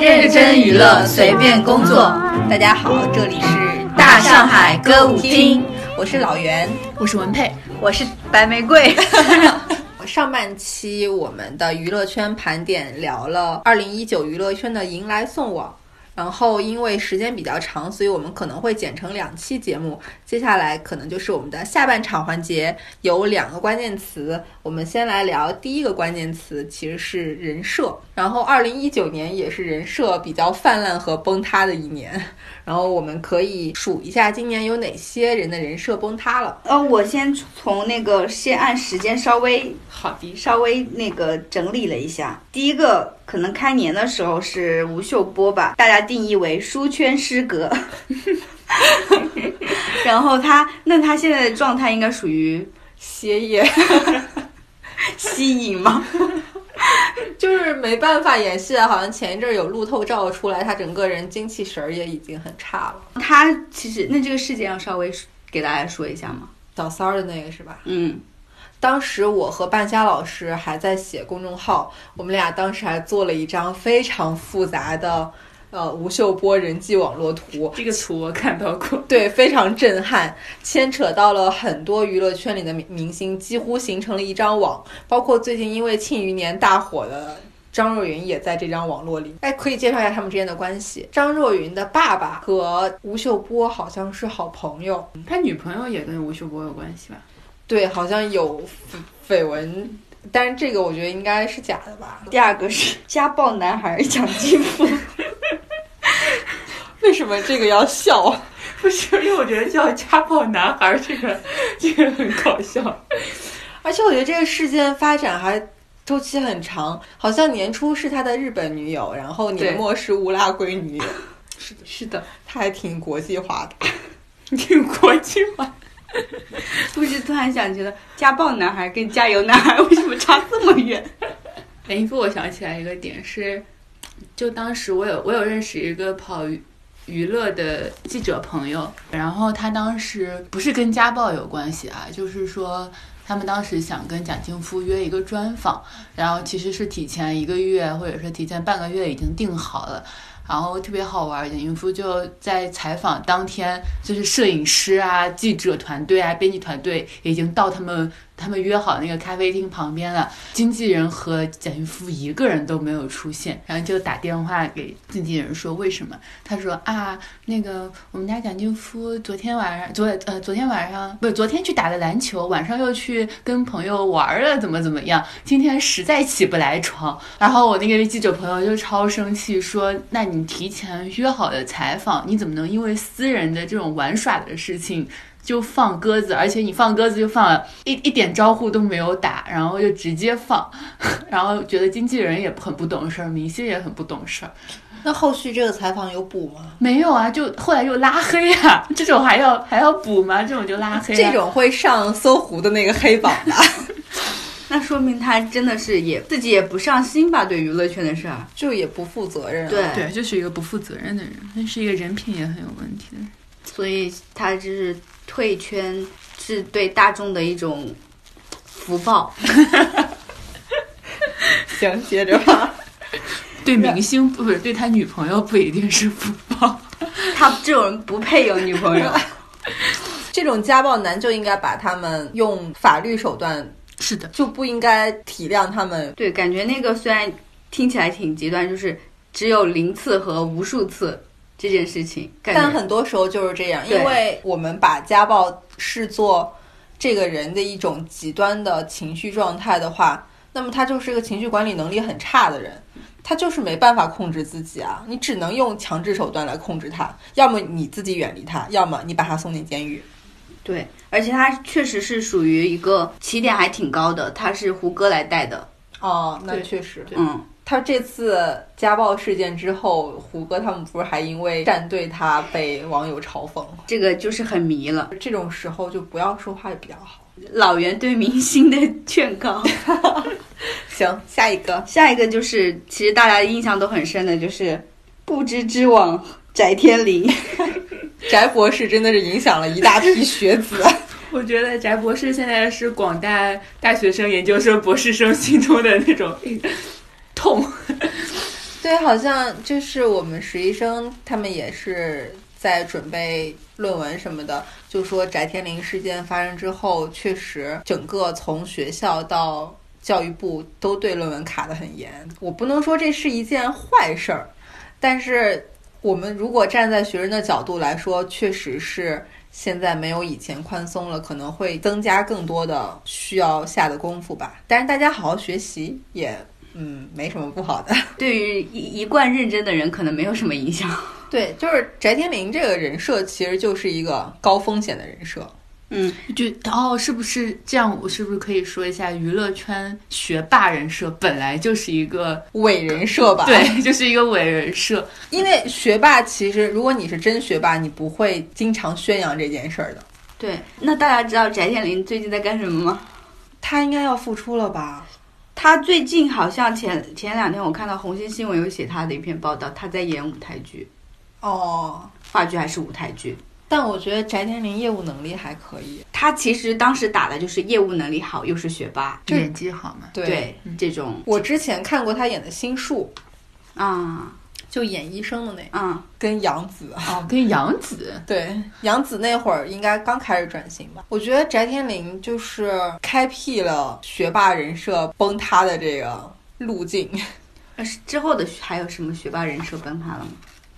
认真娱乐，随便工作。大家好，这里是大上海歌舞厅，我是老袁，我是文佩，我是白玫 瑰。上半期我们的娱乐圈盘点聊了二零一九娱乐圈的迎来送往，然后因为时间比较长，所以我们可能会剪成两期节目。接下来可能就是我们的下半场环节，有两个关键词，我们先来聊第一个关键词，其实是人设。然后二零一九年也是人设比较泛滥和崩塌的一年，然后我们可以数一下今年有哪些人的人设崩塌了。呃，我先从那个先按时间稍微好的，稍微那个整理了一下，第一个可能开年的时候是吴秀波吧，大家定义为书圈诗歌。 然后他，那他现在的状态应该属于歇业吸引吗？就是没办法演戏啊，好像前一阵儿有路透照出来，他整个人精气神儿也已经很差了。他其实那这个事件要稍微给大家说一下吗？小三儿的那个是吧？嗯，当时我和半夏老师还在写公众号，我们俩当时还做了一张非常复杂的，呃，吴秀波人际网络图，这个图我看到过。对，非常震撼，牵扯到了很多娱乐圈里的明明星，几乎形成了一张网，包括最近因为《庆余年》大火的。张若昀也在这张网络里，哎，可以介绍一下他们之间的关系。张若昀的爸爸和吴秀波好像是好朋友，他女朋友也跟吴秀波有关系吧？对，好像有绯闻，但是这个我觉得应该是假的吧？第二个是家暴男孩蒋劲夫， 为什么这个要笑？ 不是，因为我觉得叫家暴男孩这个这个很搞笑，而且我觉得这个事件发展还。周期很长，好像年初是他的日本女友，然后年末是乌拉圭女 友。是的，是的，他还挺国际化的，挺国际化。不是突然想觉得家暴男孩跟加油男孩为什么差这么远？哎，不，我想起来一个点是，就当时我有我有认识一个跑娱乐的记者朋友，然后他当时不是跟家暴有关系啊，就是说。他们当时想跟蒋劲夫约一个专访，然后其实是提前一个月或者说提前半个月已经定好了，然后特别好玩。蒋劲夫就在采访当天，就是摄影师啊、记者团队啊、编辑团队已经到他们他们约好那个咖啡厅旁边了，经纪人和蒋劲夫一个人都没有出现，然后就打电话给经纪人说为什么？他说啊，那个我们家蒋劲夫昨天晚上昨呃昨天晚上不是昨天去打了篮球，晚上又去。跟朋友玩了，怎么怎么样？今天实在起不来床，然后我那个记者朋友就超生气，说：“那你提前约好的采访，你怎么能因为私人的这种玩耍的事情就放鸽子？而且你放鸽子就放了一一点招呼都没有打，然后就直接放， 然后觉得经纪人也很不懂事儿，明星也很不懂事儿。”那后续这个采访有补吗？没有啊，就后来又拉黑啊，这种还要还要补吗？这种就拉黑、啊。这种会上搜狐的那个黑榜吧？那说明他真的是也自己也不上心吧，对娱乐圈的事儿， 就也不负责任、啊。对对，就是一个不负责任的人，但是一个人品也很有问题的人。所以他就是退圈，是对大众的一种福报。行，接着吧。对明星不是啊对他女朋友不一定是福报，他这种人不配有女朋友。 这种家暴男就应该把他们用法律手段，是的，就不应该体谅他们。对，感觉那个虽然听起来挺极端，就是只有零次和无数次这件事情，但很多时候就是这样，因为我们把家暴视作这个人的一种极端的情绪状态的话，那么他就是一个情绪管理能力很差的人。他就是没办法控制自己啊，你只能用强制手段来控制他，要么你自己远离他，要么你把他送进监狱。对，而且他确实是属于一个起点还挺高的，他是胡歌来带的。哦，那确实，嗯，他这次家暴事件之后，胡歌他们不是还因为站队他被网友嘲讽吗？这个就是很迷了，这种时候就不要说话比较好。老袁对明星的劝告。行，下一个，下一个就是，其实大家印象都很深的，就是不知之网翟天临，翟博士真的是影响了一大批学子。啊我觉得翟博士现在是广大大学生、研究生、博士生心中的那种痛。对，好像就是我们实习生他们也是在准备论文什么的，就说翟天临事件发生之后，确实整个从学校到教育部都对论文卡得很严。我不能说这是一件坏事儿，但是我们如果站在学生的角度来说，确实是。现在没有以前宽松了，可能会增加更多的需要下的功夫吧。但是大家好好学习也，嗯，没什么不好的。 对于一一贯认真的人，可能没有什么影响。对，就是翟天临这个人设，其实就是一个高风险的人设。嗯，就哦，是不是这样？我是不是可以说一下，娱乐圈学霸人设本来就是一个伪人设啊吧？对， 就是一个伪人设。因为学霸其实，如果你是真学霸，你不会经常宣扬这件事儿的。对，那大家知道翟天临最近在干什么吗？他应该要复出了吧？他最近好像前前两天我看到红星新闻有写他的一篇报道，他在演舞台剧，哦，话剧还是舞台剧。但我觉得翟天临业务能力还可以。他其实当时打的就是业务能力好，又是学霸，对演技好嘛？对，对嗯这种我之前看过他演的《心术啊》，就演医生的那个，啊跟杨紫。哦，跟杨紫对，杨紫那会儿应该刚开始转型吧。我觉得翟天临就是开辟了学霸人设崩塌的这个路径，呃是之后的学还有什么学霸人设崩塌了吗？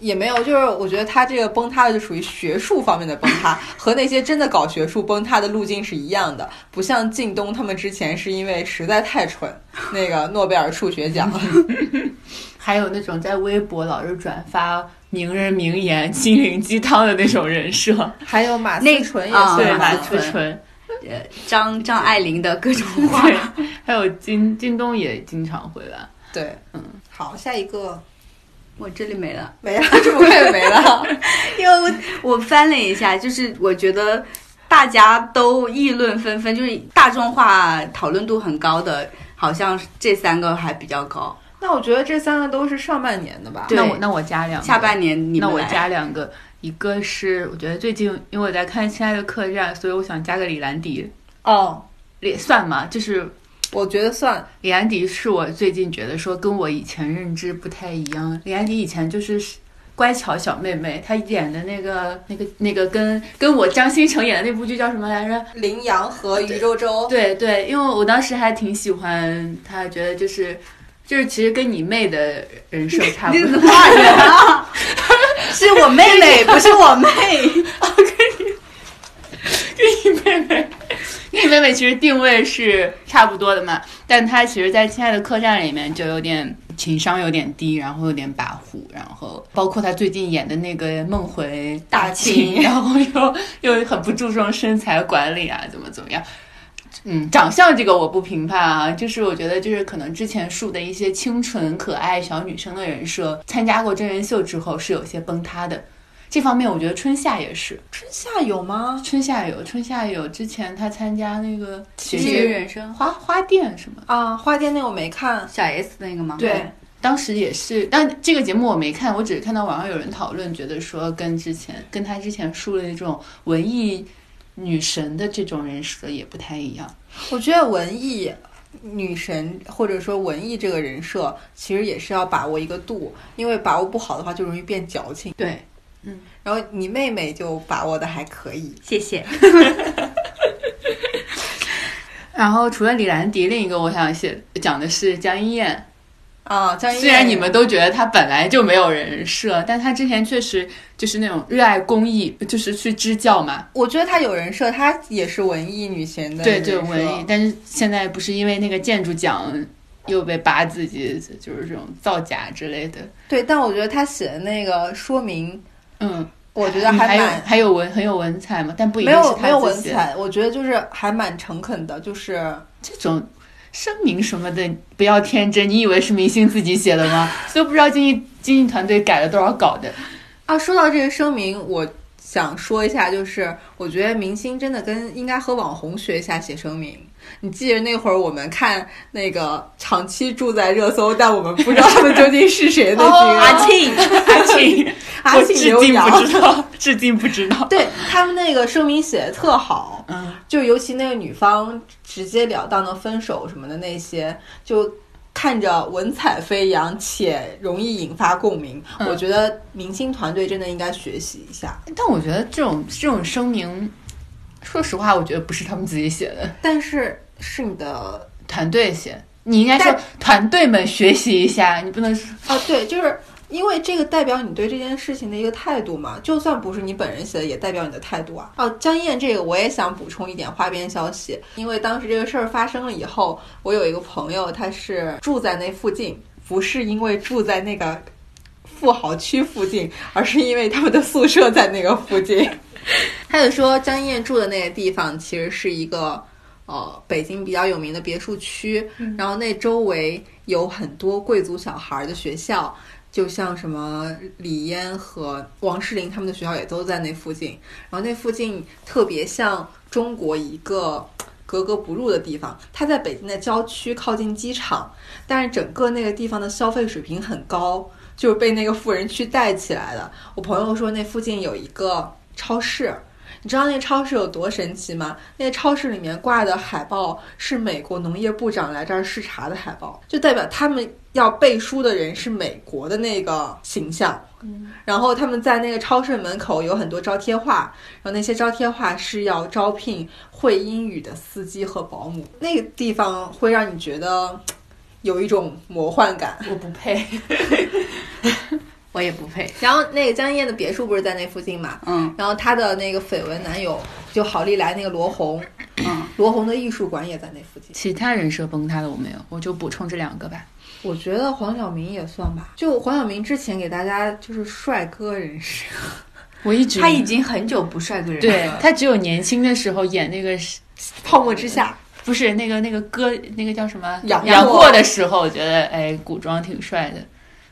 也没有，就是我觉得他这个崩塌的就属于学术方面的崩 塌，和那些真的搞学术崩塌的路径是一样的。不像靳东他们之前是因为实在太蠢，那个诺贝尔数学奖。还有那种在微博老是转发名人名言、心灵鸡汤的那种人设， 还有马那思纯也啊是对，马马思思纯纯， 呃，张张爱玲的各种 话，还有京京东也经常会吧。对，嗯，好，下一个我这里没了，没了， 这么快没 了。 因为我我翻了一下，就是我觉得大家都议论纷纷，就是大众化讨论度很高的，好像这三个还比较高。那我觉得这三个都是上半年的吧。对那我那我加两个，下半年你那们我来 加两个，一个是我觉得最近因为我在看《亲爱的客栈》，所以我想加个李兰迪，哦，也算嘛，就是我觉得算李兰迪是我最近觉得说跟我以前认知不太一样。李兰迪以前就是乖巧小妹妹，她演的那个那个那个跟跟我张新成演的那部剧叫什么来着？羚羊和余周周。对对，因为我当时还挺喜欢她，觉得就是就是其实跟你妹的人设差不你多 怎。么骂人啊？ 是我妹妹，不是我 妹。跟你妹妹，跟你妹妹其实定位是差不多的嘛，但她其实，在《亲爱的客栈》里面就有点情商有点低，然后有点跋扈，然后包括她最近演的那个《梦回大庆》， 然后又又很不注重身材管理啊，怎么怎么样。嗯，长相这个我不评判啊，就是我觉得就是可能之前树的一些清纯可爱小女生的人设，参加过真人秀之后是有些崩塌的。这方面我觉得春夏也是，春夏有吗？春夏有，春夏有。之前他参加那个其学实习人生，花花店什么，啊，花店那我没看。小 S 那个吗？对，当时也是，但这个节目我没看，我只是看到网上有人讨论，觉得说跟之前跟他之前树立的这种文艺女神的这种人设也不太一样。我觉得文艺女神或者说文艺这个人设，其实也是要把握一个度，因为把握不好的话就容易变矫情。嗯对，然后你妹妹就把握的还可以。谢谢。然后除了李兰迪，另一个我想写讲的是江一燕，啊，江一燕虽然你们都觉得他本来就没有人设，但他之前确实就是那种热爱公益，就是去支教嘛，我觉得她有人设，她也是文艺女神的对人设对文艺，但是现在不是因为那个建筑奖又被扒自己就是这种造假之类的，对，但我觉得她写的那个说明，嗯，我觉得还还有蛮还有文很有文采嘛，但不一没定是有他没有自文己采，我觉得就是还蛮诚恳的，就是这种。声明什么的不要天真，你以为是明星自己写的吗？都不知道经纪经纪团队改了多少稿的。啊，说到这个声明，我想说一下，就是我觉得明星真的跟应该和网红学一下写声明。你记得那会儿我们看那个长期住在热搜，但我们不知道他们究竟是谁的哦那阿个庆，阿庆，阿我信至刘今洋，不知道，至今不知道。对他们那个声明写的特好，嗯，就尤其那个女方直截了当的分手什么的那些，就看着文采飞扬且容易引发共鸣。嗯我觉得明星团队真的应该学习一下。但我觉得这种这种声明，说实话，我觉得不是他们自己写的，但是是你的团队写。你应该说团队们学习一下，你不能说啊，对，就是因为这个代表你对这件事情的一个态度嘛，就算不是你本人写的，也代表你的态度啊。哦、江燕这个我也想补充一点花边消息，因为当时这个事儿发生了以后，我有一个朋友，他是住在那附近，不是因为住在那个。富豪区附近，而是因为他们的宿舍在那个附近。他就说，江燕住的那个地方其实是一个呃北京比较有名的别墅区，然后那周围有很多贵族小孩儿的学校，就像什么李嫣和王诗龄他们的学校也都在那附近。然后那附近特别像中国一个格格不入的地方，它在北京的郊区靠近机场，但是整个那个地方的消费水平很高，就是被那个富人区带起来的。我朋友说那附近有一个超市。你知道那个超市有多神奇吗？那个超市里面挂的海报是美国农业部长来这儿视察的海报，就代表他们要背书的人是美国的那个形象。然后他们在那个超市门口有很多招贴画，然后那些招贴画是要招聘会英语的司机和保姆。那个地方会让你觉得有一种魔幻感。 我不配， 我也不配。然后那个江一燕的别墅不是在那附近嘛？嗯然后她的那个绯闻男友就好利来那个罗红，嗯，罗红的艺术馆也在那附近。其他人设崩塌的我没有，我就补充这两个吧。我觉得黄晓明也算吧，就黄晓明之前给大家就是帅哥人 设，我一直 他已经很久不帅个人对了。他只有年轻的时候演那个泡沫之夏，不是那个那个歌那个叫什么杨杨过过的时候，我觉得哎古装挺帅的，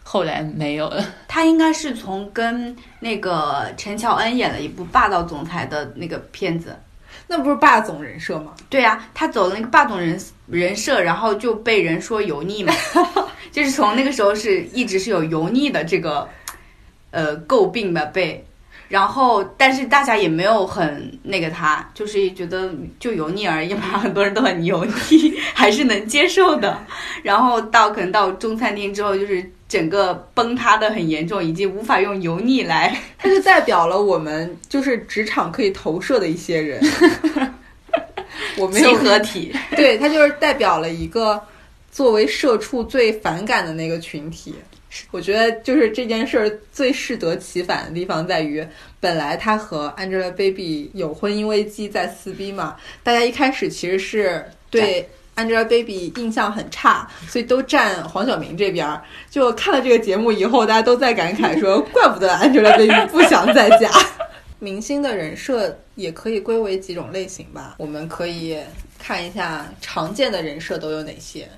后来没有了。他应该是从跟那个陈乔恩演了一部霸道总裁的那个片子。那不是霸总人设吗？对呀、他走了那个霸总人人设，然后就被人说油腻 嘛，就是从那个时候是一直是有油腻的这个呃诟病吧被，然后但是大家也没有很那个他，就是觉得就油腻而已嘛，很多人都很油腻， 还是能接受的。然后到可能到中餐厅之后，就是整个崩塌的很严重，已经无法用油腻来他就代表了我们就是职场可以投射的一些 人。我没集有合体。 对他就是代表了一个作为社畜最反感的那个群体。我觉得就是这件事儿最适得其反的地方在于，本来他和 Angelababy 有婚姻危机在撕逼嘛，大家一开始其实是对 Angelababy 印象很差，所以都站黄晓明这边儿。就看了这个节目以后，大家都在感慨说，怪不得 Angelababy 不想再嫁。 明星的人设也可以归为几种类型吧，我们可以看一下常见的人设都有哪些。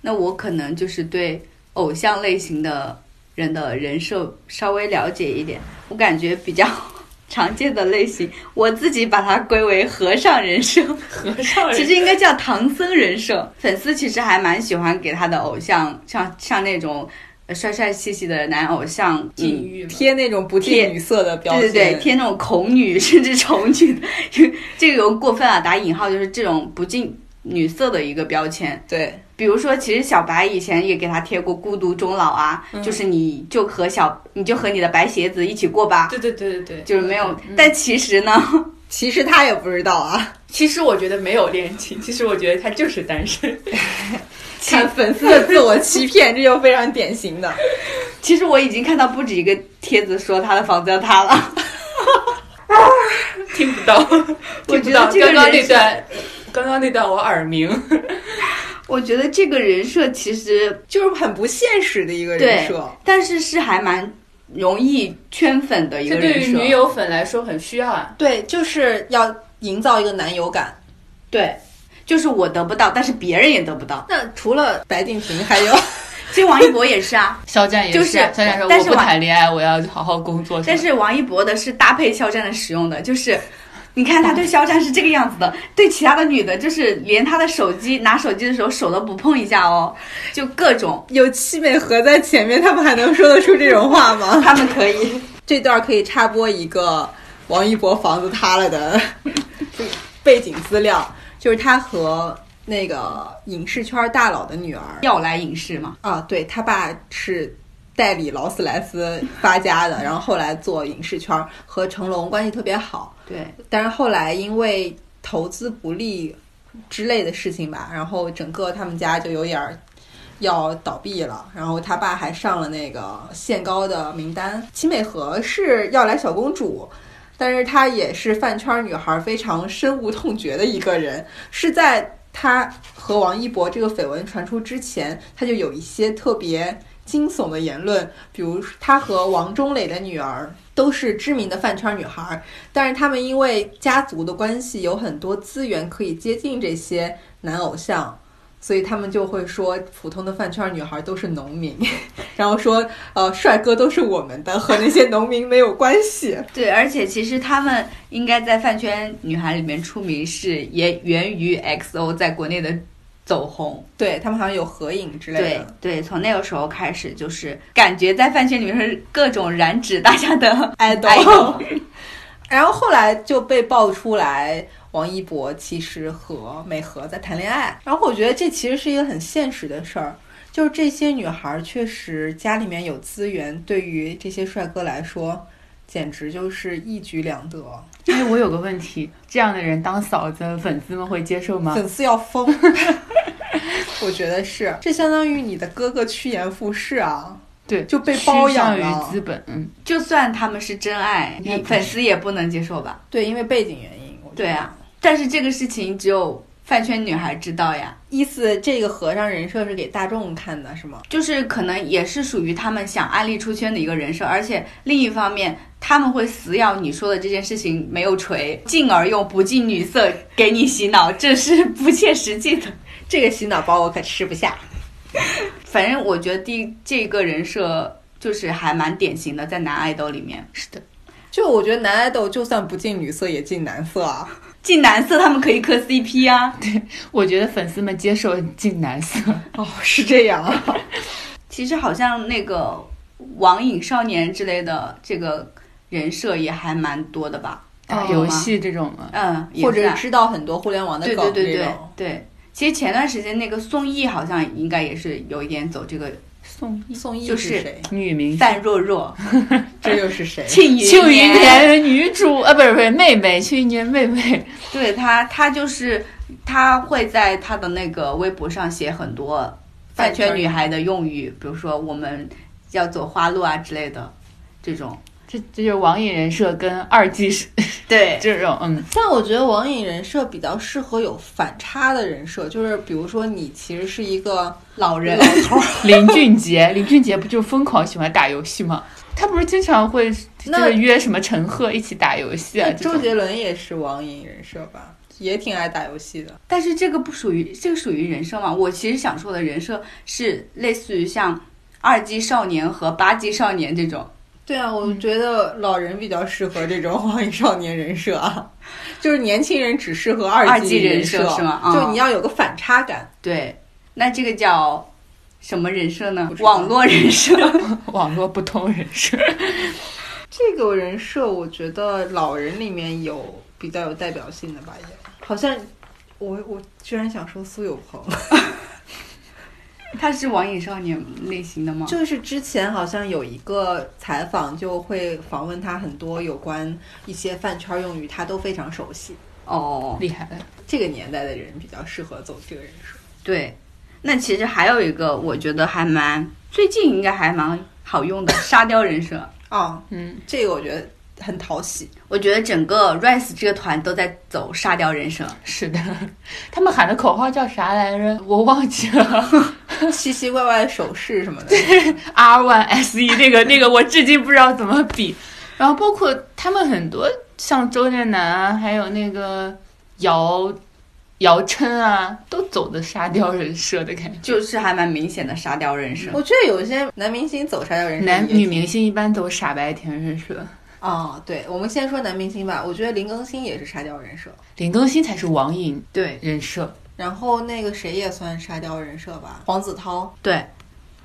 那我可能就是对偶像类型的人的人设稍微了解一点。我感觉比较 常见的类型，我自己把它归为和尚人设，和尚其实应该叫唐僧人设。粉丝其实还蛮喜欢给他的偶像，像像那种呃帅帅气气的男偶像，禁嗯欲嘛贴那种不贴剃女色的标签，对对对，贴那种恐女 甚至丑女的， 这个有过分啊，打引号就是这种不近女色的一个标签。对比如说，其实小白以前也给他贴过“孤独终老”啊，嗯就是你就和小你就和你的白鞋子一起过吧，对对对对对，就是没有。嗯但其实呢， 其实他也不知道 啊，其实我觉得没有恋情，其实我觉得他就是单身。看粉丝的自我欺骗，这就非常典型的。其实我已经看到不止一个帖子说他的房子要塌 了。听不到，我觉听不得到。这个刚刚人那设，段，刚刚那段我耳鸣。我觉得这个人设其实， 就是很不现实的一个人设。但是是还蛮容易圈粉的一个这对人于设。女友粉来说很需要啊。对，就是要营造一个男友感。对，就是我得不到，但是别人也得不到。那除了白敬亭，还 有其实王一博也是啊，肖战也就是肖战说但我是不我谈恋爱，我要好好工作。但是王一博的是搭配肖战的使用的，就是你看他对肖战是这个样子的，对其他的女的，就是连他的手机拿手机的时候手都不碰一下哦，就各种有七美和在前面，他们还能说得出这种话吗？他们可以。 这段可以插播一个王一博房子塌了的背景资料，就是他和那个影视圈大佬的女儿要来影视嘛，啊，对他爸是代理劳斯莱斯发家的，然后后来做影视圈，和成龙关系特别好，对，但是后来因为投资不利之类的事情吧，然后整个他们家就有点儿要倒闭了。然后他爸还上了那个限高的名单。齐美和是要来小公主，但是她也是饭圈女孩非常深恶痛绝的一个人，是在她和王一博这个绯闻传出之前，她就有一些特别惊悚的言论，比如她和王中磊的女儿都是知名的饭圈女孩，但是他们因为家族的关系，有很多资源可以接近这些男偶像，所以他们就会说普通的饭圈女孩都是农民， 然后说呃帅哥都是我们的，和那些农民没有关系。对，而且其实他们应该在饭圈女孩里面出名是也源于 XO 在国内的走红。对他们好像有合影之类对的。对，从那个时候开始，就是感觉在饭圈里面是各种染指大家的 哎 idol 哎 然后后来就被爆出来，王一博其实和美和在谈恋爱。然后我觉得这其实是一个很现实的事儿，就是这些女孩儿确实家里面有资源，对于这些帅哥来说，简直就是一举两得，因哎为我有个问题，这样的人当嫂子，粉丝们会接受吗？粉丝要 疯。我觉得是，这相当于你的哥哥趋炎附势啊，对，就被包养趋向于了。资本，嗯，就算他们是真爱应该，不粉丝也不能接受吧？对，因为背景原因。我觉得对啊，但是这个事情只有饭圈女孩知道呀，意思这个和尚人设是给大众看的，是吗？就是可能也是属于他们想安利出圈的一个人设，而且另一方面。他们会死咬你说的这件事情没有锤，进而用不近女色给你洗脑，这是不切实际的。 这个洗脑包我可吃不下。反正我觉得第这个人设就是还蛮典型的，在男爱豆里面，是的，就我觉得男爱豆就算不进女色也进男色啊，进男色他们可以磕 CP 啊。我觉得粉丝们接受进男色，哦，是这样啊，其实好像那个网瘾少年之类的这个人设也还蛮多的吧？打有游哦吗，戏这种嘛，嗯，也或者算是知道很多互联网的对梗对对这对种对。其实前段时间那个宋轶好像应该也是有一点走这个宋轶宋轶就是是 谁？女明星。范若若、这又是谁？庆余庆余年的女主啊，不是不是妹妹，庆余年妹妹， 对他，他就是他会在他的那个微博上写很多饭圈女孩的用语，比如说我们要走花路啊之类的这种。这这就是网瘾人设跟二季是对，这种，嗯，但我觉得网瘾人设比较适合有反差的人设，就是比如说你其实是一个老人老头儿， 林俊杰，林俊杰不就疯狂喜欢打游戏吗？他不是经常会就那是约什么陈赫一起打游戏啊？那这周种杰伦也是网瘾人设吧，也挺爱打游戏的。但是这个不属于这个属于人设嘛？我其实想说的人设是类似于像二级少年和八级少年这种。对啊，嗯我觉得老人比较适合这种网瘾少年人设啊， 就是年轻人只适合二二级人设设是吗啊就你要有个反差感。对，那这个叫什么人设呢不？知道网络人 设。网络不通人设，这个人设，我觉得老人里面有比较有代表性的吧，也好像我我居然想说苏有朋，嗯他是网瘾少年类型的吗？就是之前好像有一个采访就会访问他很多有关一些饭圈用语，他都非常熟悉。哦，厉害了，这个年代的人比较适合走这个人设。对，那其实还有一个，我觉得还蛮最近应该还蛮好用的沙雕人设。啊，嗯，这个我觉得很讨喜。我觉得整个 Rise 这个团都在走沙雕人设，是的， 他们喊的口号叫啥来着？我忘记了。 奇奇怪怪的手势什么的， R One S E 那个那个，我至今不知道怎么比。然后包括他们很多像周震南啊，还有那个姚姚琛啊，都走的沙雕人设的感觉。就是还蛮明显的沙雕人设。我觉得有一些男明星走啥叫人设男也女挺明星一般都傻白甜人设，哦，对，我们先说男明星吧。我觉得林更新也是沙雕人设，林更新才是网瘾对人设。然后那个谁也算沙雕人设吧，黄子韬。对，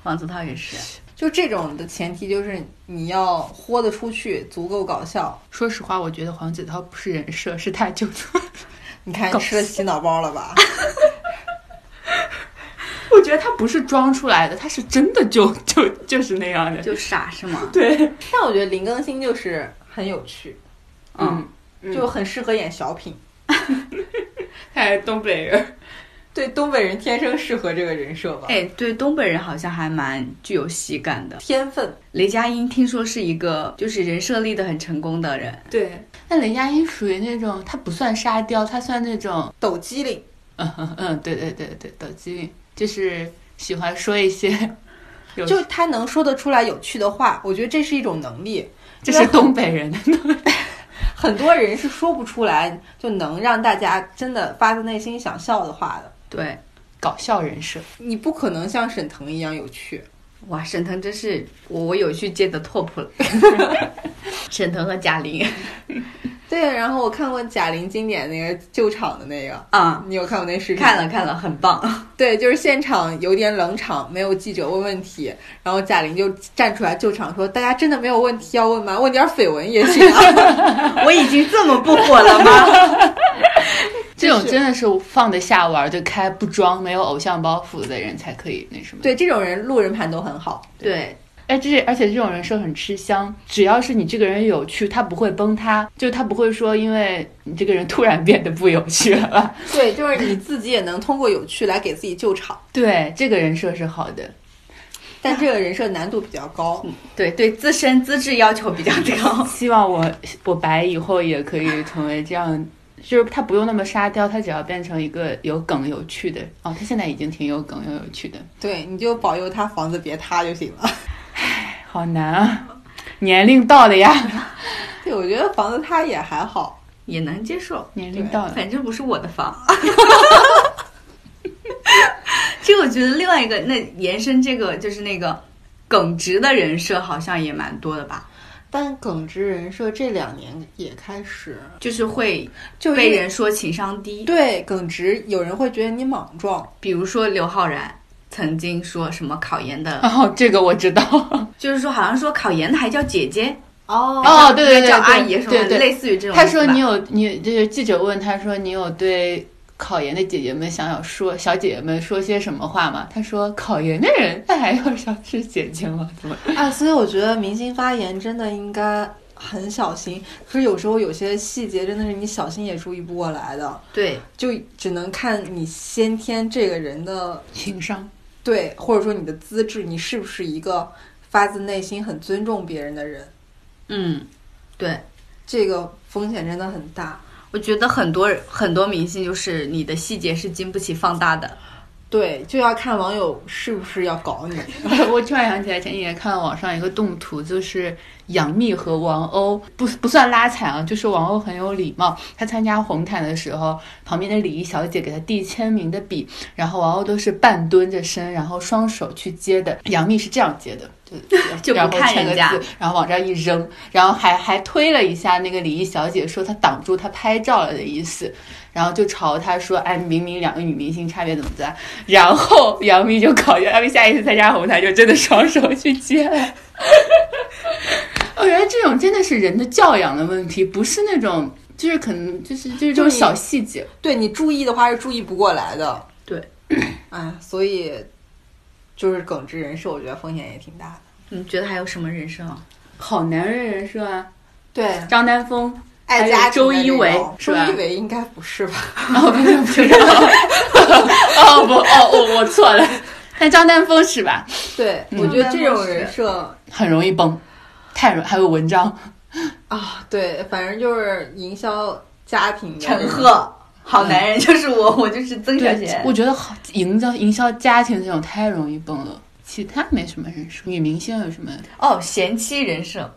黄子韬也是。就这种的前提就是你要豁得出去，足够搞笑。说实话，我觉得 黄子韬不是人设，是他就你看搞吃了洗脑包了吧？ 觉得他不是装出来的，他是真的就就就是 那样的。就傻是吗？对，但我觉得林更新就是很有趣，嗯，嗯就很适合演小品。他还是东北人，对，东北人天生适合这个人设吧，哎，对，东北人好像还蛮具有喜感的。天分。雷佳音听说是一个就是人设立得很成功的人，对。那雷佳音属于那种，他不算沙雕，他算那种， 抖机灵，嗯嗯嗯，对对对对，抖机灵，就是喜欢说一些， 有就他能说得出来有趣的话，我觉得这是一种能力。这是东北人 的很多人是说不出来，就能让大家真的发自内心想笑的话的。对，搞笑人设。你不可能像沈腾一样有趣，哇，沈腾真是我我有去接的 top 了，沈腾和贾玲对，然后我看过贾玲经典那个救场的那个，啊，你有看过那视频？看了看了，很棒，对，就是现场有点冷场，没有记者问问题，然后贾玲就站出来救场说：“大家真的没有问题要问吗？问点绯闻也行 啊。我已经这么不火了吗？这就是种真的是放得下玩儿就开，不装没有偶像包袱的人才可以那什”么。对，这种人路人盘都很好。 对，哎，这是而且这种人设很吃香，只要是你这个人有趣，他不会崩塌，就他不会说因为你这个人突然变得不有趣了。 对，就是你自己也能通过有趣来给自己救场，对，这个人设是好的。 但这个人设难度比较高。对对，自身资质要求比较高，希望我我白以后也可以成为这样。就是他不用那么沙雕，他只要变成一个有梗有趣的哦，他现在已经挺有梗又有趣的，对，你就保佑他房子别塌就行了。好难啊！ 年龄到了呀， 对，我觉得房子塌也还好。也能接受，年龄到了。反正不是我的房。 这个我觉得另外一个，那延伸这个就是那个耿直的人设好像也蛮多的吧，但耿直人设这两年也开始，就是会就被因为人说情商低，对耿直，有人会觉得你莽撞，比如说刘昊然曾经说什么考研的，哦，这个我知道。就是说好像说考研的还叫姐姐，哦哦对对对叫阿姨什对么对类似于这种。他说你有，有你就是记者问他说你有对考研的姐姐们想要说小姐姐们说些什么话吗？他说考研的人那还要想是姐姐吗？怎么？啊，所以我觉得明星发言真的应该很小心。可是有时候有些细节真的是你小心也注意不过来的，对就只能看你先天这个人的情商对，或者说你的资质，你是不是一个发自内心很尊重别人的人，嗯，对，这个风险真的很大。我觉得很多很多明星就是你的细节是经不起放大的。对，就要看网友是不是要搞你。 我突然想起来，前几天看网上一个动图，就是杨幂和王鸥，不不算拉踩啊，就是王鸥很有礼貌。她参加红毯的时候，旁边的礼仪小姐给她递签名的笔，然后王鸥都是半蹲着身，然后双手去接的，杨幂是这样接的，就就不然后看签个人家字，然后往这儿一扔，然后还还推了一下那个礼仪小姐，说她挡住她拍照了的意思。然后就嘲她说：“哎，明明两个女明星差别怎么在？”然后杨幂就考杨幂下一次参加红毯就真的双手去接 了。我觉得哦这种真的是人的教养的问题，不是那种就是可能就是就是这就种你小细节。对你注意的话是注意不过来的。对， 哎，所以就是耿直人设，我觉得风险也挺大的。你觉得还有什么人设吗？好男人人设啊，对，张丹峰，爱家庭的那种周一围是吧周一围应该不是吧？哦不是不是，哦不哦我我错 了，但张丹峰是吧？对，嗯我觉得这种人设很容易崩，太容还有文章，啊，对，反正就是营销家庭的陈，赫，好男人就是我，我就是曾小贤。我觉得好营造营销家庭这种太容易崩了。其他没什么人设，女明星有什么？哦，贤妻人设，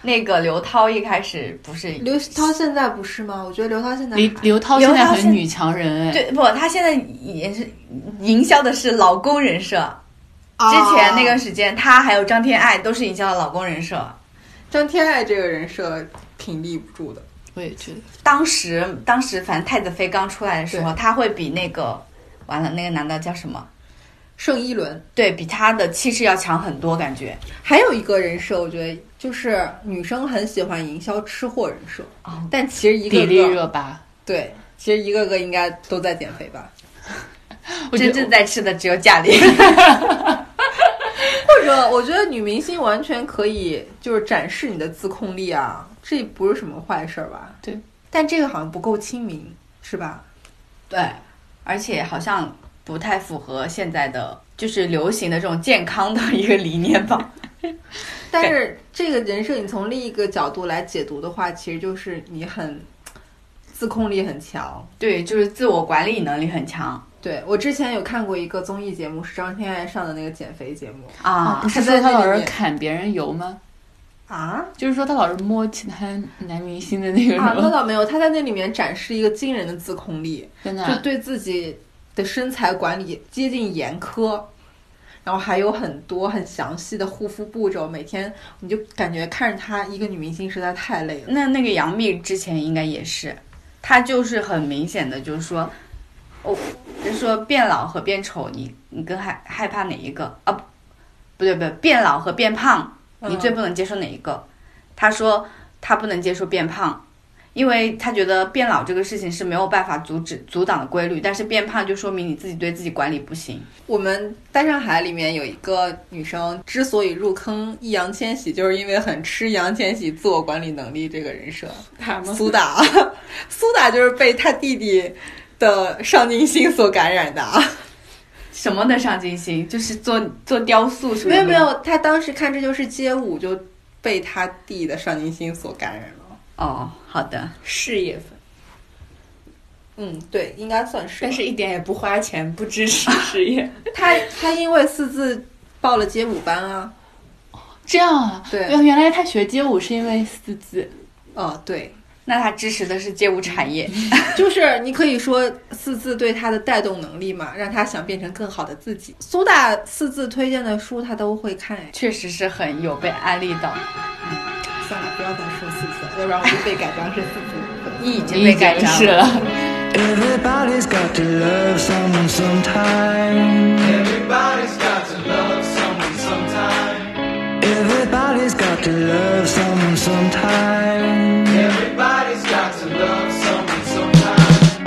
那个刘涛一开始不是刘涛现在不是吗？我觉得刘涛现在刘还刘涛现在刘涛现很女强人哎，对不？她现在也是营销的是老公人设。啊之前那个时间，她还有张天爱都是营销的老公人设。张天爱这个人设挺立不住的。我也觉得。当时当时反正太子妃刚出来的时候，她会比那个完了那个男的叫什么？盛一伦对比他的气势要强很多，感觉还有一个人设，我觉得就是女生很喜欢营销吃货人设，哦但其实一迪个丽个热巴，对，其实一个个应该都在减肥吧。我觉真得正在吃的只有贾玲。或者我觉得女明星完全可以就是展示你的自控力啊，这不是什么坏事儿吧？对，但这个好像不够亲民，是吧？对，而且好像不太符合现在的就是流行的这种健康的一个理念吧。但是这个人设你从另一个角度来解读的话，其实就是你很自控力很强。对，就是自我管理能力很强啊对我之前有看过一个综艺节目，是张天爱上的那个减肥节目啊，啊不。是他在说他那老里是面砍别人油吗？啊就是说他老是摸其他男明星的那个啊，什那么，倒没有，他在那里面展示一个惊人的自控力。真的就啊对自己的身材管理接近严苛，然后还有很多很详细的护肤步骤，每天你就感觉看着她一个女明星实在太累了。那那个杨幂之前应该也是，她就是很明显的就是说，哦，就是说变老和变丑，你你更害害怕哪一个啊？不不对不对，变老和变胖你最嗯不能接受哪一个？他说他不能接受变胖，因为他觉得变老这个事情是没有办法阻止阻挡的规律，但是变胖就说明你自己对自己管理不行。我们《大上海》里面有一个女生之所以入坑易烊千玺，就是因为很吃易烊千玺自我管理能力这个人设。苏打，苏打就是被他弟弟的上进心所感染的啊。什么的上进心，就是做做雕塑什么没的。有没有，他当时看《这就是街舞》就被他弟的上进心所感染了。哦，好的，事业粉，嗯，对，应该算是吧。但是一点也不花钱，不支持事业。 他他因为四字报了街舞班啊。这样啊？对原原来他学街舞是因为四字，哦，对，那他支持的是街舞产业，就是你可以说四字对他的带动能力嘛，让他想变成更好的自己。苏打四字推荐的书他都会看，哎，确实是很有被安利到。算了，不要再说四字了，要不然我就被改 装成四字。你已经你已被改经章是了，了。 Everybody's got to love someone sometime. Everybody's got to love someone sometime. Everybody's got to love someone sometime. Everybody's got to love someone sometime.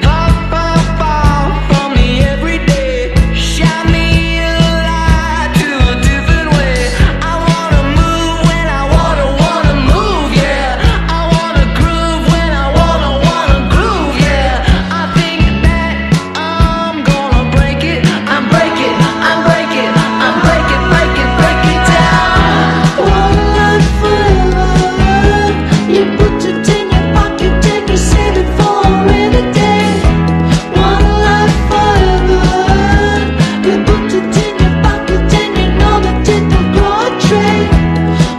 Pop, pop, pop from the everyday. Shine me a light to a different way. I wanna move when I wanna wanna move, yeah. I wanna groove when I wanna wanna groove, yeah. I think that I'm gonna break it. I'm breaking, I'm breaking, I'm breaking, breaking, break it down. One life forever. You put it in your pocket, take it, save it for a rainy day. One life forever. You put it in your pocket and you know that it don't grow a tree.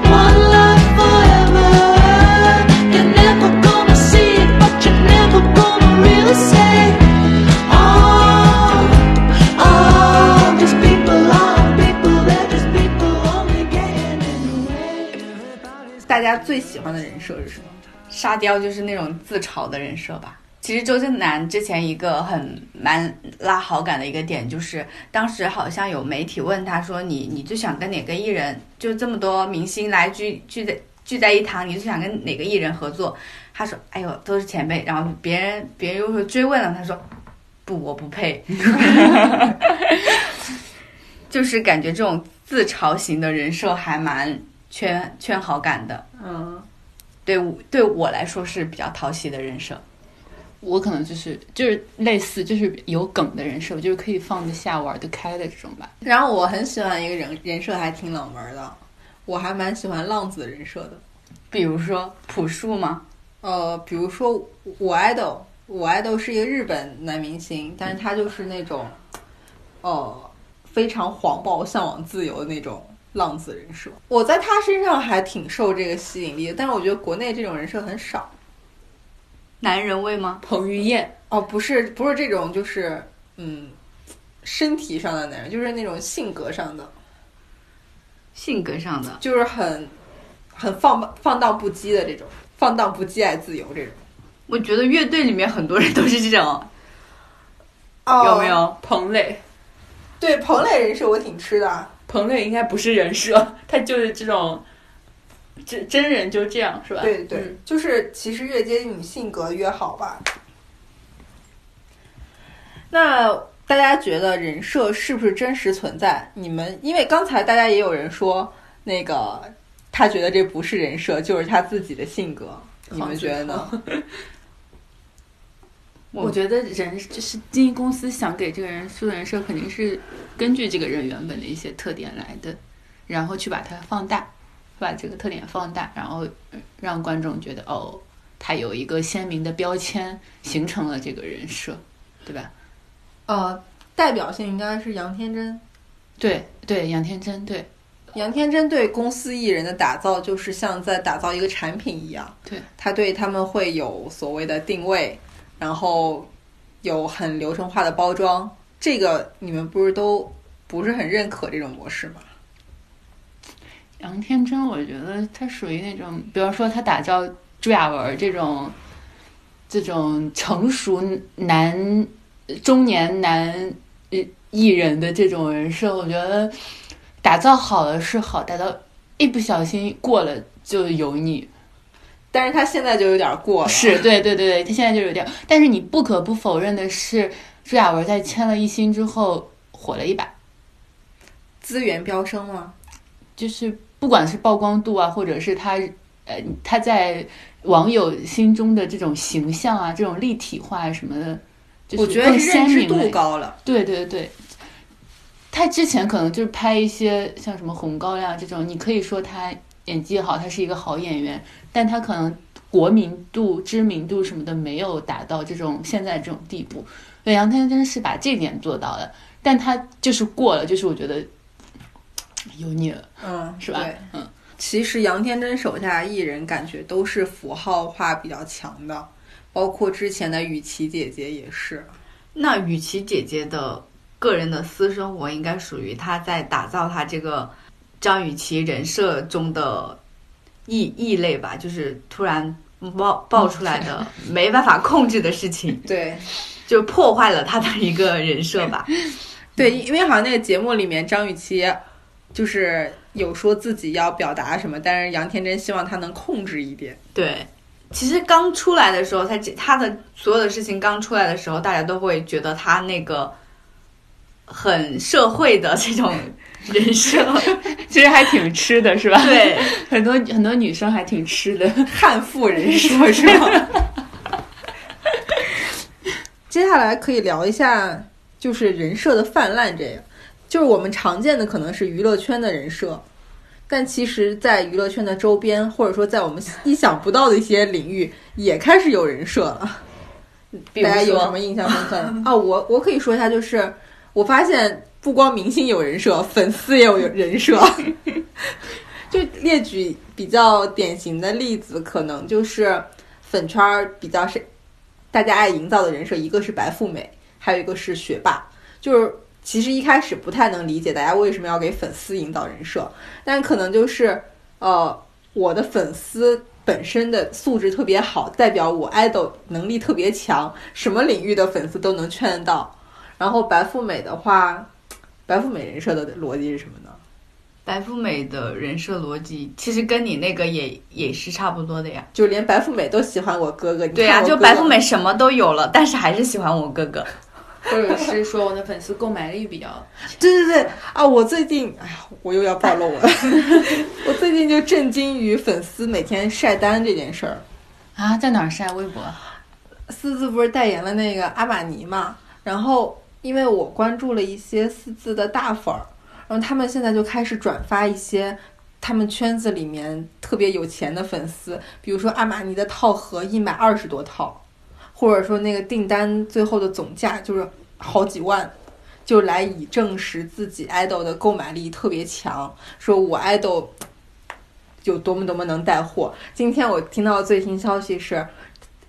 One life forever. You're never gonna see it, but you're never gonna really say, Oh, oh, these people are people, they're just people only getting in the way. 大家最喜欢的人设是什么？沙雕就是那种自嘲的人设吧。其实周震南之前一个很蛮拉好感的一个点，就是当时好像有媒体问他说你：“你最想跟哪个艺人？就这么多明星来聚聚在聚在一堂，你最想跟哪个艺人合作？”他说：“哎呦，都是前辈。”然后别人别人又说追问了，他说：“不，我不配。” 就是感觉这种自嘲型的人设还蛮圈圈好感的。嗯，对我对我来说是比较讨喜的人设。 我可能就是就是类似就是有梗的人设，我就是可以放得下、玩得开的这种吧。然后我很喜欢一个人人设，还挺冷门的，我还蛮喜欢浪子人设的。比如说朴树吗？呃，比如说我我爱豆，我爱豆是一个日本男明星，但是他就是那种，呃，非常黄暴、向往自由的那种浪子人设。我在他身上还挺受这个吸引力的，但是我觉得国内这种人设很少。男人味吗？彭于晏，哦，不是，不是这种，就是嗯，身体上的男人，就是那种性格上的，性格上的就是很很放放荡不羁的这种，放荡不羁爱自由这种。我觉得乐队里面很多人都是这种，哦有没？有？彭磊，对，彭磊人设我挺吃的啊。彭磊应该不是人 设，他就是这种，真真人就这样是吧？对对，嗯就是其实越接近你性格越好吧。那大家觉得人设是不是真实存在？你们因为刚才大家也有人说，那个他觉得这不是人设，就是他自己的性格。你们觉得呢？我我觉得人就是经纪公司想给这个人树人设，肯定是根据这个人原本的一些特点来的，然后去把它放大，把这个特点放大，然后呃让观众觉得哦，他有一个鲜明的标签，形成了这个人设，对吧？呃，代表性应该是杨天真。对对，杨天真，对杨天真对公司艺人的打造，就是像在打造一个产品一样。对，他对他们会有所谓的定位，然后有很流程化的包装。这个你们不是都不是很认可这种模式吗？杨天真，我觉得他属于那种，比方说他打造朱亚文这种，这种成熟男呃中年男呃艺人的这种人设，我觉得打造好了是好，打造一不小心过了就油腻。但是他现在就有点过 了。是对对对对，他现在就有点，但是你不可不否认的是，朱亚文在签了一星之后火了一把。资源飙升吗？就是不管是曝光度啊，或者是他呃他在网友心中的这种形象啊，这种立体化什么的，就是我觉得更是鲜认知明了度。高了。对对对，他之前可能就是拍一些像什么《红高粱》这种，你可以说他演技好，他是一个好演员，但他可能国民度、知名度什么的没有达到这种现在这种地步。对，杨天真是把这点做到了，但他就是过了，就是我觉得油腻了。嗯，是吧对，嗯。其实杨天真手下艺人感觉都是符号化比较强的，包括之前的雨琦姐姐也是。那雨琦姐姐的个人的私生活，应该属于她在打造她这个张雨绮人设中的异异类吧，就是突然爆爆出来的没办法控制的事情，对就破坏了她的一个人设吧。对，因为好像那个节目里面张雨绮就是有说自己要表达什么，但是杨天真希望她能控制一点。 对，其实刚出来的时候，她这她的所有的事情刚出来的时候，大家都会觉得她那个很社会的这种人设， 其实还挺吃的，是吧？，对。 很多很多女生还挺吃的。悍妇人设是吗？ 接下来可以聊一下，就是人设的泛滥，这个就是我们常见的可能是娱乐圈的人设，但其实，在娱乐圈的周边，或者说在我们意想不到的一些领域，也开始有人设了。比如大家有说什么印象深刻的啊？我我可以说一下，就是我发现不光明星有人设，粉丝也有人设。 就列举比较典型的例子，可能就是粉圈儿比较是大家爱营造的人设，一个是白富美，还有一个是学霸。就是其实一开始不太能理解大家为什么要给粉丝营造人设，但可能就是呃，我的粉丝本身的素质特别好，代表我 idol 能力特别强，什么领域的粉丝都能圈得到。然后白富美的话，白富美人设的逻辑是什么呢？白富美的人设逻辑其实跟你那个也也是差不多的呀。就连白富美都喜欢我哥哥，你对呀、呀、就白富美什么都有了，但是还是喜欢我哥哥。 或者是说我的粉丝购买力比较，对对对啊！我最近，哎呀，我又要暴露我了。 我最近就震惊于粉丝每天晒单这件事儿。啊，在哪儿晒微博？四字不是代言了那个阿玛尼嘛？然后因为我关注了一些四字的大粉儿，然后他们现在就开始转发一些他们圈子里面特别有钱的粉丝，比如说阿玛尼的套盒一买二十多套，或者说那个订单最后的总价就是好几万。就来以证实自己 idol 的购买力特别强，说我 idol 有多么多么能带货。今天我听到的最新消息是，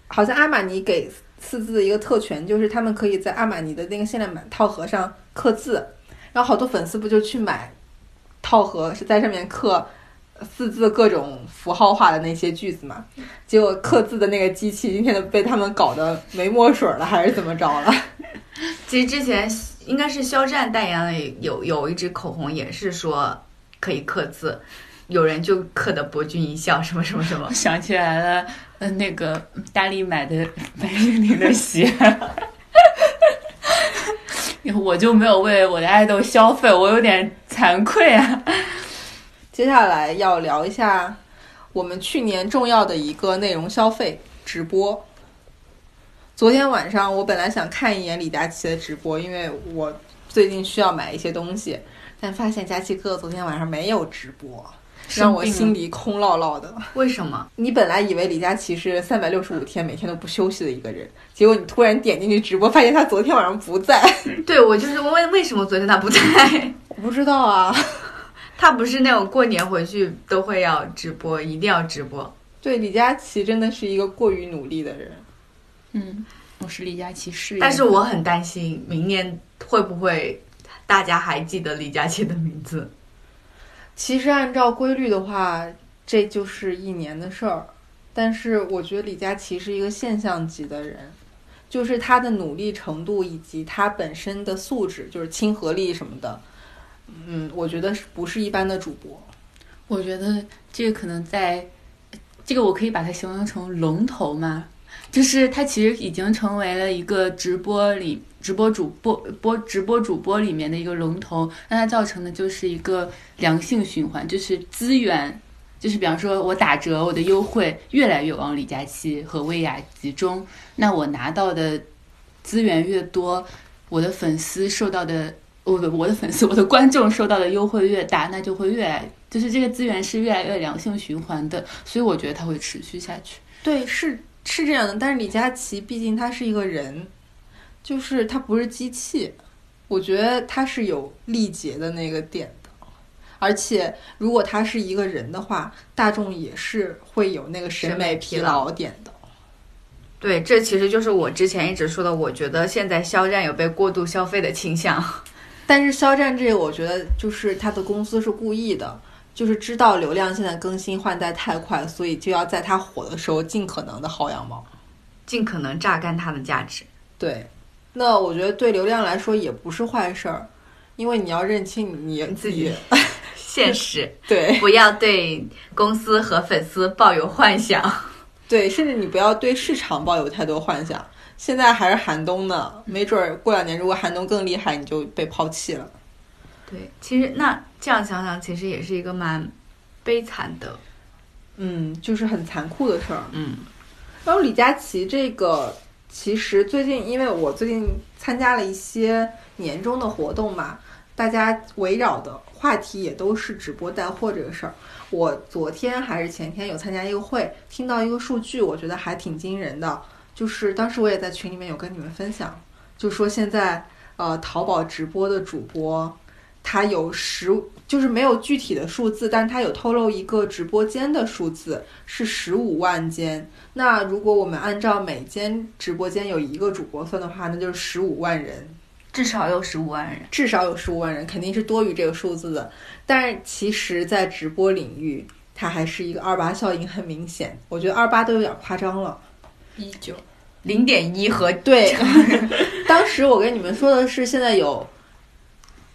好像阿玛尼给四字一个特权，就是他们可以在阿玛尼的那个限量版套盒上刻字，然后好多粉丝不就去买套盒，是在上面刻呃四字各种符号化的那些句子嘛？结果刻字的那个机器今天都被他们搞得没墨水了，还是怎么着了？其实之前应该是肖战代言了有有一支口红，也是说可以刻字，有人就刻的博君一笑什么什么什么我。想起来了，呃，那个 大力买的白灵灵的鞋。我就没有为我的爱豆消费，我有点惭愧啊。接下来要聊一下我们去年重要的一个内容消费直播。昨天晚上我本来想看一眼李佳琦的直播，因为我最近需要买一些东西，但发现佳琦哥昨天晚上没有直播，让我生病了心里空落落的。为什么？你本来以为李佳琦是三百六十五天每天都不休息的一个人，结果你突然点进去直播，发现他昨天晚上不在。对我就是问为为什么昨天他不在？ 我不知道啊，他不是那种过年回去都会要直播，一定要直播。对李佳琦真的是一个过于努力的人。嗯，我是李佳琦饰演，但是我很担心明年会不会大家还记得李佳琦的名字？其实按照规律的话，这就是一年的事儿。但是我觉得李佳琦是一个现象级的人，就是他的努力程度以及他本身的素质，就是亲和力什么的，嗯，我觉得是不是一般的主播？我觉得这个可能在，这个我可以把它形容成龙头嘛，就是它其实已经成为了一个直播里直播主播播直播主播里面的一个龙头，那它造成的就是一个良性循环，就是资源。就是比方说，我打折，我的优惠越来越往李佳琦和薇娅集中，那我拿到的资源越多，我的粉丝受到的，我的我的粉丝，我的观众受到的优惠越大，那就会越来，就是这个资源是越来越良性循环的，所以我觉得它会持续下去。对，是是这样的。但是李佳琦毕竟他是一个人，就是他不是机器，我觉得他是有力竭的那个点的。而且如果他是一个人的话，大众也是会有那个审审美美疲疲劳劳点的。对，这其实就是我之前一直说的，我觉得现在肖战有被过度消费的倾向。 但是肖战这个，我觉得就是他的公司是故意的，就是知道流量现在更新换代太快，所以就要在他火的时候尽可能的薅羊毛。尽可能榨干它的价值。对，那我觉得对流量来说也不是坏事儿，因为你要认清你你自己现 实，对 不要对公司和粉丝抱有幻想。对，甚至你不要对市场抱有太多幻想。现在还是寒冬呢，没准儿过两年如果寒冬更厉害，你就被抛弃了。对，其实那这样想想，其实也是一个蛮悲惨的。嗯，就是很残酷的事儿。嗯，然后李佳琦这个，其实最近因为我最近参加了一些年终的活动嘛，大家围绕的话题也都是直播带货这个事儿。我昨天还是前天有参加一个会，听到一个数据，我觉得还挺惊人的，就是当时我也在群里面有跟你们分享，就说现在呃淘宝直播的主播。他有十，就是没有具体的数字，但他有透露一个直播间的数字是十五万间，那如果我们按照每间直播间有一个主播算的话，那就是十五万人，至少有十五万人，至少有十五万人，肯定是多于这个数字的。但是其实，在直播领域，它还是一个二八效应很明显。我觉得二八都有点夸张了。依旧，零点一和对， 当时我跟你们说的是，现在有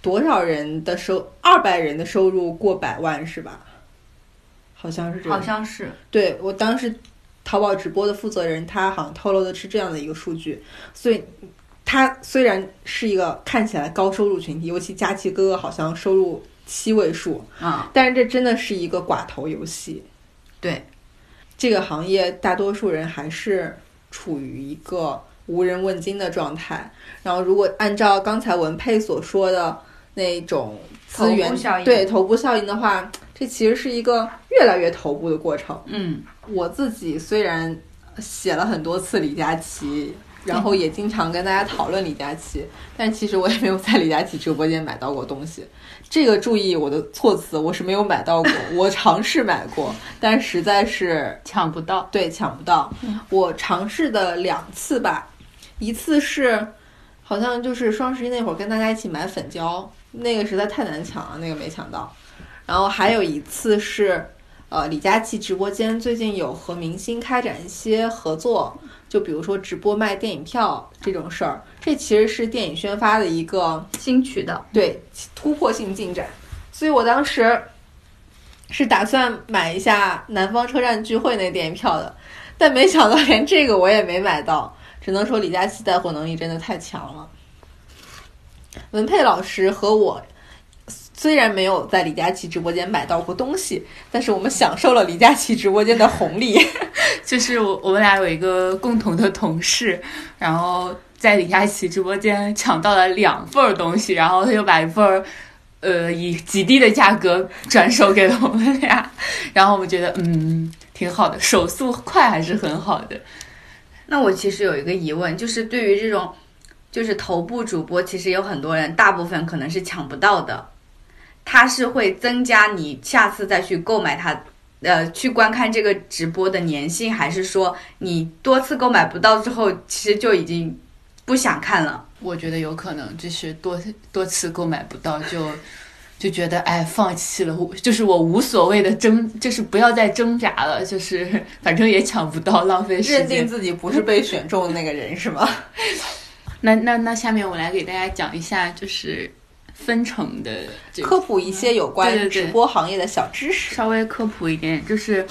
多少人的收二百人的收入过百万是吧？好像是这样好。像是对我当时淘宝直播的负责人，他好像透露的是这样的一个数据，所以他虽然是一个看起来高收入群体，尤其佳琪哥哥好像收入七位数，啊、但是这真的是一个寡头游戏。对，这个行业大多数人还是处于一个无人问津的状态。然后，如果按照刚才文佩所说的那种资头源部效应对头部效应的话，这其实是一个越来越头部的过程。嗯，我自己虽然呃写了很多次李佳琦，然后也经常跟大家讨论李佳琦，但其实我也没有在李佳琦直播间买到过东西。这个注意我的措辞，我是没有买到过，我尝试买过，但实在是抢不到。对抢不到。我尝试的两次吧，一次是好像就是双十一那会儿跟大家一起买粉胶，那个实在太难抢了，那个没抢到。然后还有一次是，呃，李佳琦直播间最近有和明星开展一些合作，就比如说直播卖电影票这种事儿，这其实是电影宣发的一个新渠道，对突破性进展，所以我当时是打算买一下南方车站聚会那电影票的，但没想到连这个我也没买到，只能说李佳琦带货能力真的太强了。文佩老师和我虽然没有在李佳琦直播间买到过东西，但是我们享受了李佳琦直播间的红 利。就是我我们俩有一个共同的同事，然后在李佳琦直播间抢到了两份儿东西，然后他就把一份儿，呃，以极低的价格转手给了我们俩，然后我们觉得嗯挺好的，手速快还是很好的。那我其实有一个疑问，就是对于这种就是头部主播，其实有很多人，大部分可能是抢不到的，它是会增加你下次再去购买它。呃，去观看这个直播的粘性，还是说你多次购买不到之后，其实就已经不想看了？我觉得有可能就是多多次购买不到就。就觉得哎，放弃了，我就是我无所谓的挣，就是不要再挣扎了，就是 反正也抢不到，浪费时间。认定自己不是被选中的那个人是吗？那那那下面我来给大家讲一下，就是分成的这 个科普一些有对关对对直播行业的小知识。稍微科普一点，就是。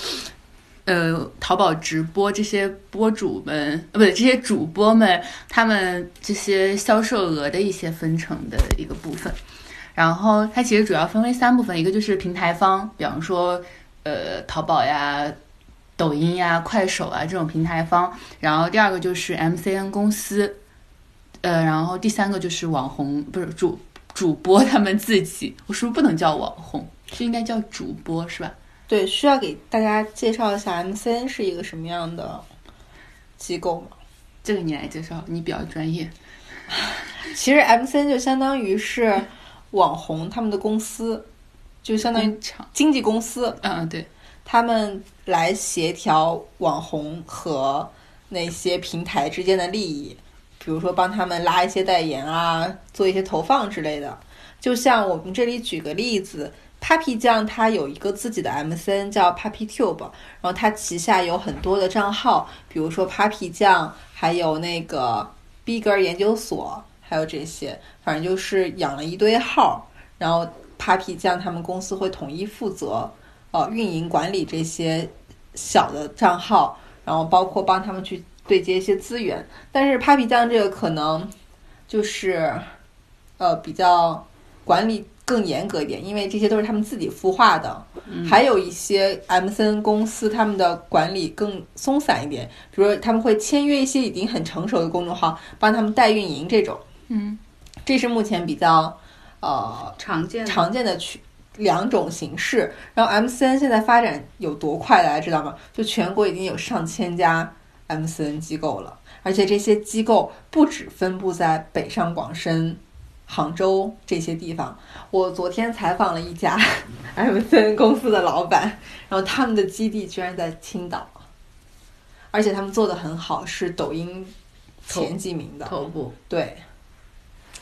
呃，淘宝直播这些播主们，呃，不对，这些主播们，他们这些销售额的一些分成的一个部分。然后它其实主要分为三部分，一个就是平台方，比方说，呃，淘宝呀、抖音呀、快手啊这种平台方。然后第二个就是 MCN 公司，呃，然后第三个就是网红，不是主主播他们自己。我是不是不能叫网红？是应该叫主播是吧？对，需要给大家介绍一下 MCN 是一个什么样的机构吗？这个你来介绍，你比较专业。其实 MCN 就相当于是网红他们的公司，就相当于工厂，经纪公司。嗯，对，他们来协调网红和那些平台之间的利益，比如说帮他们拉一些代言啊，做一些投放之类的。就像我们这里举个例子，Papi 酱它有一个自己的 MCN 叫 Papi Tube，然后它旗下有很多的账号，比如说 Papi 酱，还有那个 Bigger 研究所，还有这些，反正就是养了一堆号，然后 Papi 酱他们公司会统一负责。呃运营管理这些小的账号，然后包括帮他们去对接一些资源。但是 Papi 酱这个可能就是呃比较管理更严格一点，因为这些都是他们自己孵化的。还有一些 MCN 公司他们的管理更松散一点，比如说他们会签约一些已经很成熟的公众号，帮他们代运营这种。嗯，这是目前比较呃常见的常见的去两种形式。然后 MCN 现在发展有多快，大家知道吗？就全国已经有上千家 MCN 机构了，而且这些机构不止分布在北上广深、杭州这些地方。我昨天采访了一家 MCN 公司的老板，然后他们的基地居然在青岛，而且他们做的很好，是抖音前几名的。头部对，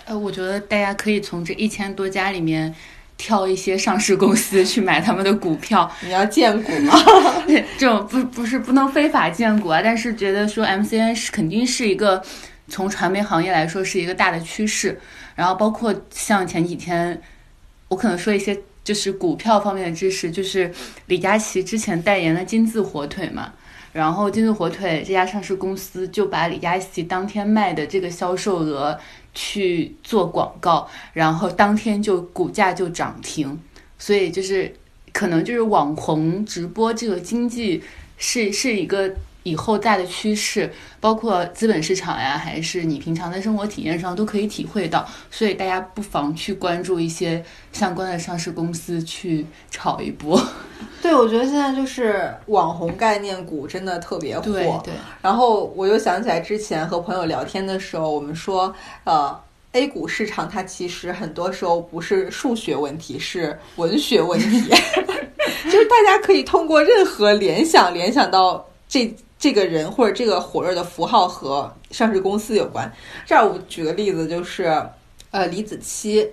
呃，我觉得大家可以从这一千多家里面挑一些上市公司去买他们的股票，你要荐股 吗？对 这种不不是不能非法建股啊，但是觉得说 MCN 是肯定是一个从传媒行业来说是一个大的趋势，然后包括像前几天我可能说一些就是股票方面的知识，就是李佳琦之前代言了金字火腿嘛。然后金字火腿这家上市公司就把李佳琦当天卖的这个销售额去做广告，然后当天就股价就涨停，所以就是可能就是网红直播这个经济是是一个以后大的趋势，包括资本市场呀，还是你平常的生活体验上都可以体会到，所以大家不妨去关注一些相关的上市公司去炒一波。对，我觉得现在就是网红概念股真的特别火。 对对，然后我又想起来之前和朋友聊天的时候，我们说，呃，A 股市场它其实很多时候不是数学问题，是文学问 题，就是大家可以通过任何联想联想到这。这个人或者这个火热的符号和上市公司有关。这儿我举个例子，就是，呃，李子柒，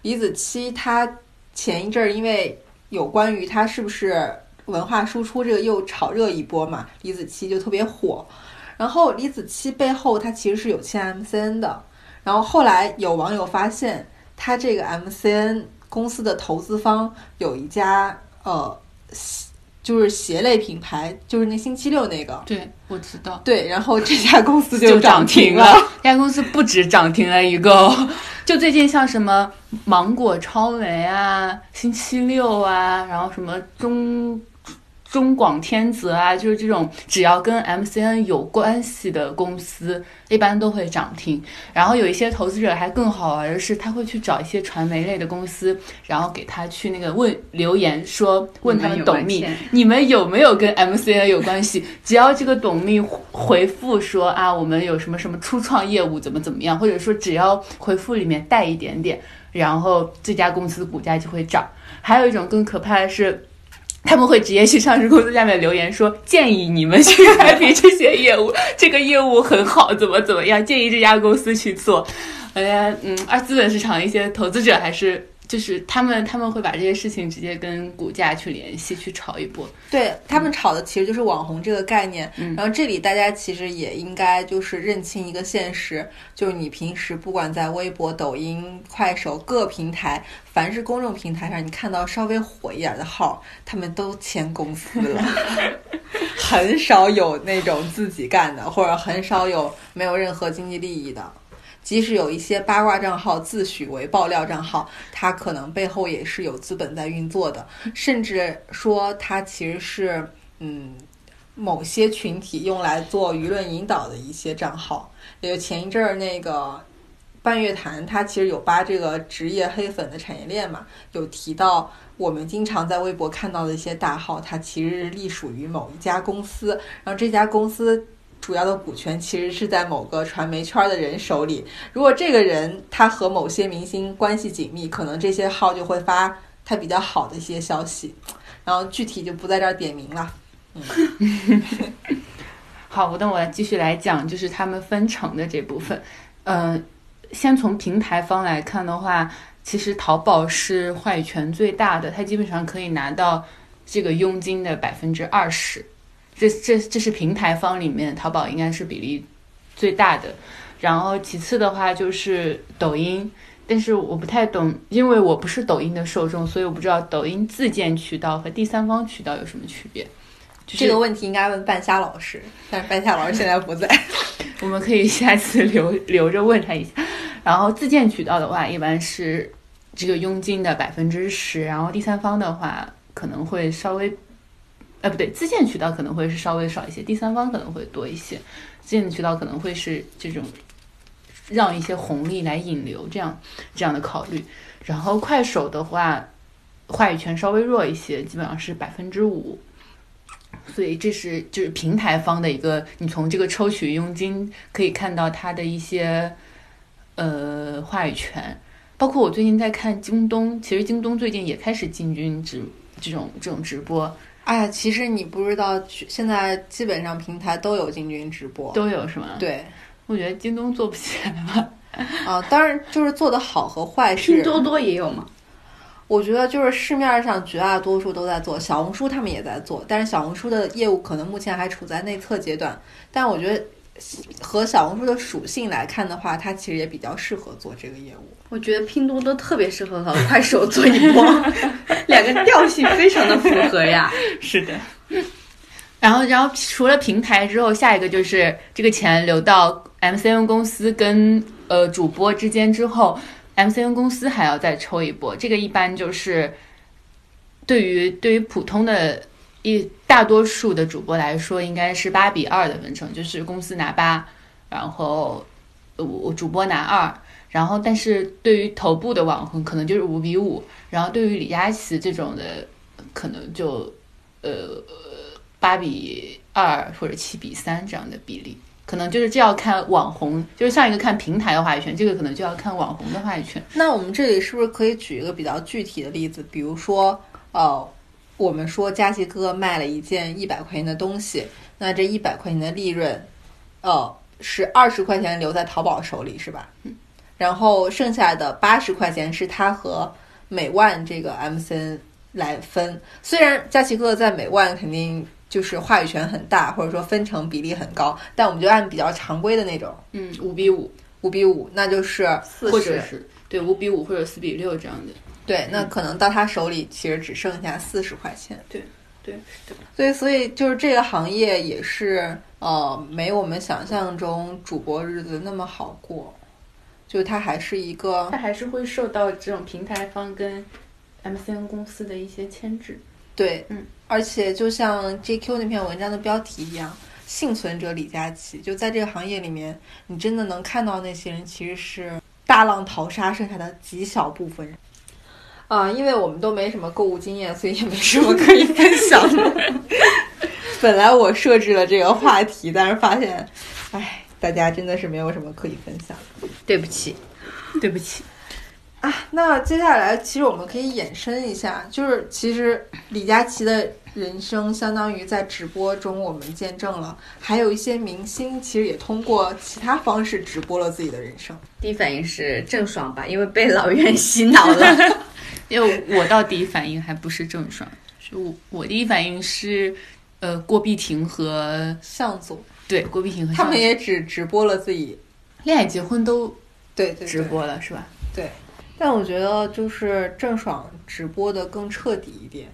李子柒她前一阵儿因为有关于她是不是文化输出这个又炒热一波嘛，李子柒就特别火。然后李子柒背后她其实是有签 MCN 的，然后后来有网友发现她这个 MCN 公司的投资方有一家呃，鞋就是鞋类品牌，就是那星期六那个。对我知道。对，然后这家公司就涨停了。，这家公司不止涨停了一个哦，就最近像什么芒果超维啊、星期六啊，然后什么中中广天泽啊，就是这种只要跟 MCN 有关系的公司，一般都会涨停。然后有一些投资者还更好玩的是，他会去找一些传媒类的公司，然后给他去那个问留言说问他你嗯们有董没有秘欠你们有没有跟 MCN 有关系？只要这个董秘回复说啊，我们有什么什么初创业务怎么怎么样，或者说只要回复里面带一点点，然后这家公司的股价就会涨。还有一种更可怕的是。他们会直接去上市公司下面留言说，建议你们去开辟这些业务， 这个业务很好，怎么怎么样，建议这家公司去做。哎呀，嗯，而资本市场一些投资者还是就是他们他们会把这些事情直接跟股价去联系，去炒一波。对他们炒的其实就是网红这个概念，然后这里大家其实也应该就是认清一个现实，就是你平时不管在微博、抖音、快手各平台，凡是公众平台上你看到稍微火一点的号，他们都签公司了，很少有那种自己干的，或者很少有没有任何经济利益的。即使有一些八卦账号自诩为爆料账号，它可能背后也是有资本在运作的。甚至说它其实是嗯某些群体用来做舆论引导的一些账号。也就前一阵儿那个半月谈，它其实有扒这个职业黑粉的产业链嘛，有提到我们经常在微博看到的一些大号，它其实是隶属于某一家公司，然后这家公司。主要的股权其实是在某个传媒圈的人手里。如果这个人他和某些明星关系紧密，可能这些号就会发他比较好的一些消息，然后具体就不在这儿点名了。好，那我继续来讲，就是他们分成的这部分。呃，先从平台方来看的话，其实淘宝是话语权最大的，它基本上可以拿到这个佣金的百分之二十。这这这是平台方里面淘宝应该是比例最大的，然后其次的话就是抖音，但是我不太懂，因为我不是抖音的受众，所以我不知道抖音自建渠道和第三方渠道有什么区别。就是、这个问题应该问半夏老师，但是半夏老师现在不在。我们可以下次留留着问他一下。然后自建渠道的话，一般是这个佣金的百分之十，然后第三方的话可能会稍微，呃，不对，自建渠道可能会是稍微少一些，第三方可能会多一些。自建渠道可能会是这种让一些红利来引流这样这样的考虑。然后快手的话，话语权稍微弱一些，基本上是百分之五。所以这是就是平台方的一个，你从这个抽取佣金可以看到它的一些呃话语权，包括我最近在看京东，其实京东最近也开始进军直这种这种直播， 哎呀，其实你不知道，现在基本上平台都有进军直播。都有是吗？，对，我觉得京东做不起来吧。啊，当然就是做的好和坏拼是，多多也有嘛，我觉得就是市面上绝大多数都在做，小红书他们也在做，但是小红书的业务可能目前还处在内测阶段。但我觉得和小红书的属性来看的话，它其实也比较适合做这个业务。我觉得拼多多特别适合和快手做一波， 两个调性非常的符合呀。是的。然后，然后除了平台之后，下一个就是这个钱流到 MCN 公司跟呃主播之间之后，MCN 公司还要再抽一波。这个一般就是对于对于普通的一大多数的主播来说，应该是八比二的分成，就是公司拿八，然后呃我主播拿二。然后，但是对于头部的网红，可能就是五比五。然后，对于李佳琦这种的，可能就呃八比二或者七比三这样的比例，可能就是这要看网红，就是上一个看平台的话语权，这个可能就要看网红的话语权。那我们这里是不是可以举一个比较具体的例子？比如说，呃，我们说佳琪哥哥卖了一件一百块钱的东西，那这一百块钱的利润，呃，是二十块钱留在淘宝手里，是吧？嗯。然后剩下的八十块钱是他和美万这个 MCN 来分。虽然佳琪哥哥在美万肯定就是话语权很大，或者说分成比例很高，但我们就按比较常规的那种嗯，五比五，五比五，那就是四或者是对五比五或者四比六这样的。对，那可能到他手里其实只剩下四十块钱。对，对，对。所以，所以就是这个行业也是呃，没我们想象中主播日子那么好过。就它还是一个它还是会受到这种平台方跟 MCN 公司的一些牵制。对，嗯，而且就像 JQ 那篇文章的标题一样，幸存者李佳琦，就在这个行业里面，你真的能看到那些人其实是大浪淘沙剩下的极小部分人。啊、因为我们都没什么购物经验，所以也没什么可以分享的。 本来我设置了这个话题，但是发现，哎，大家真的是没有什么可以分享。 对不起，对不起，啊，那接下来其实我们可以衍生一下，就是其实李佳琦的人生相当于在直播中我们见证了，还有一些明星其实也通过其他方式直播了自己的人生。第一反应是郑爽吧，因为被老袁洗脑 了。因为我到第一反应还不是郑爽，是我我第一反应是，呃，郭碧婷和向总对郭碧婷和他们向也只直播了自己，恋爱结婚都对对直。播了是吧？但我觉得就是郑爽直播的更彻底一点，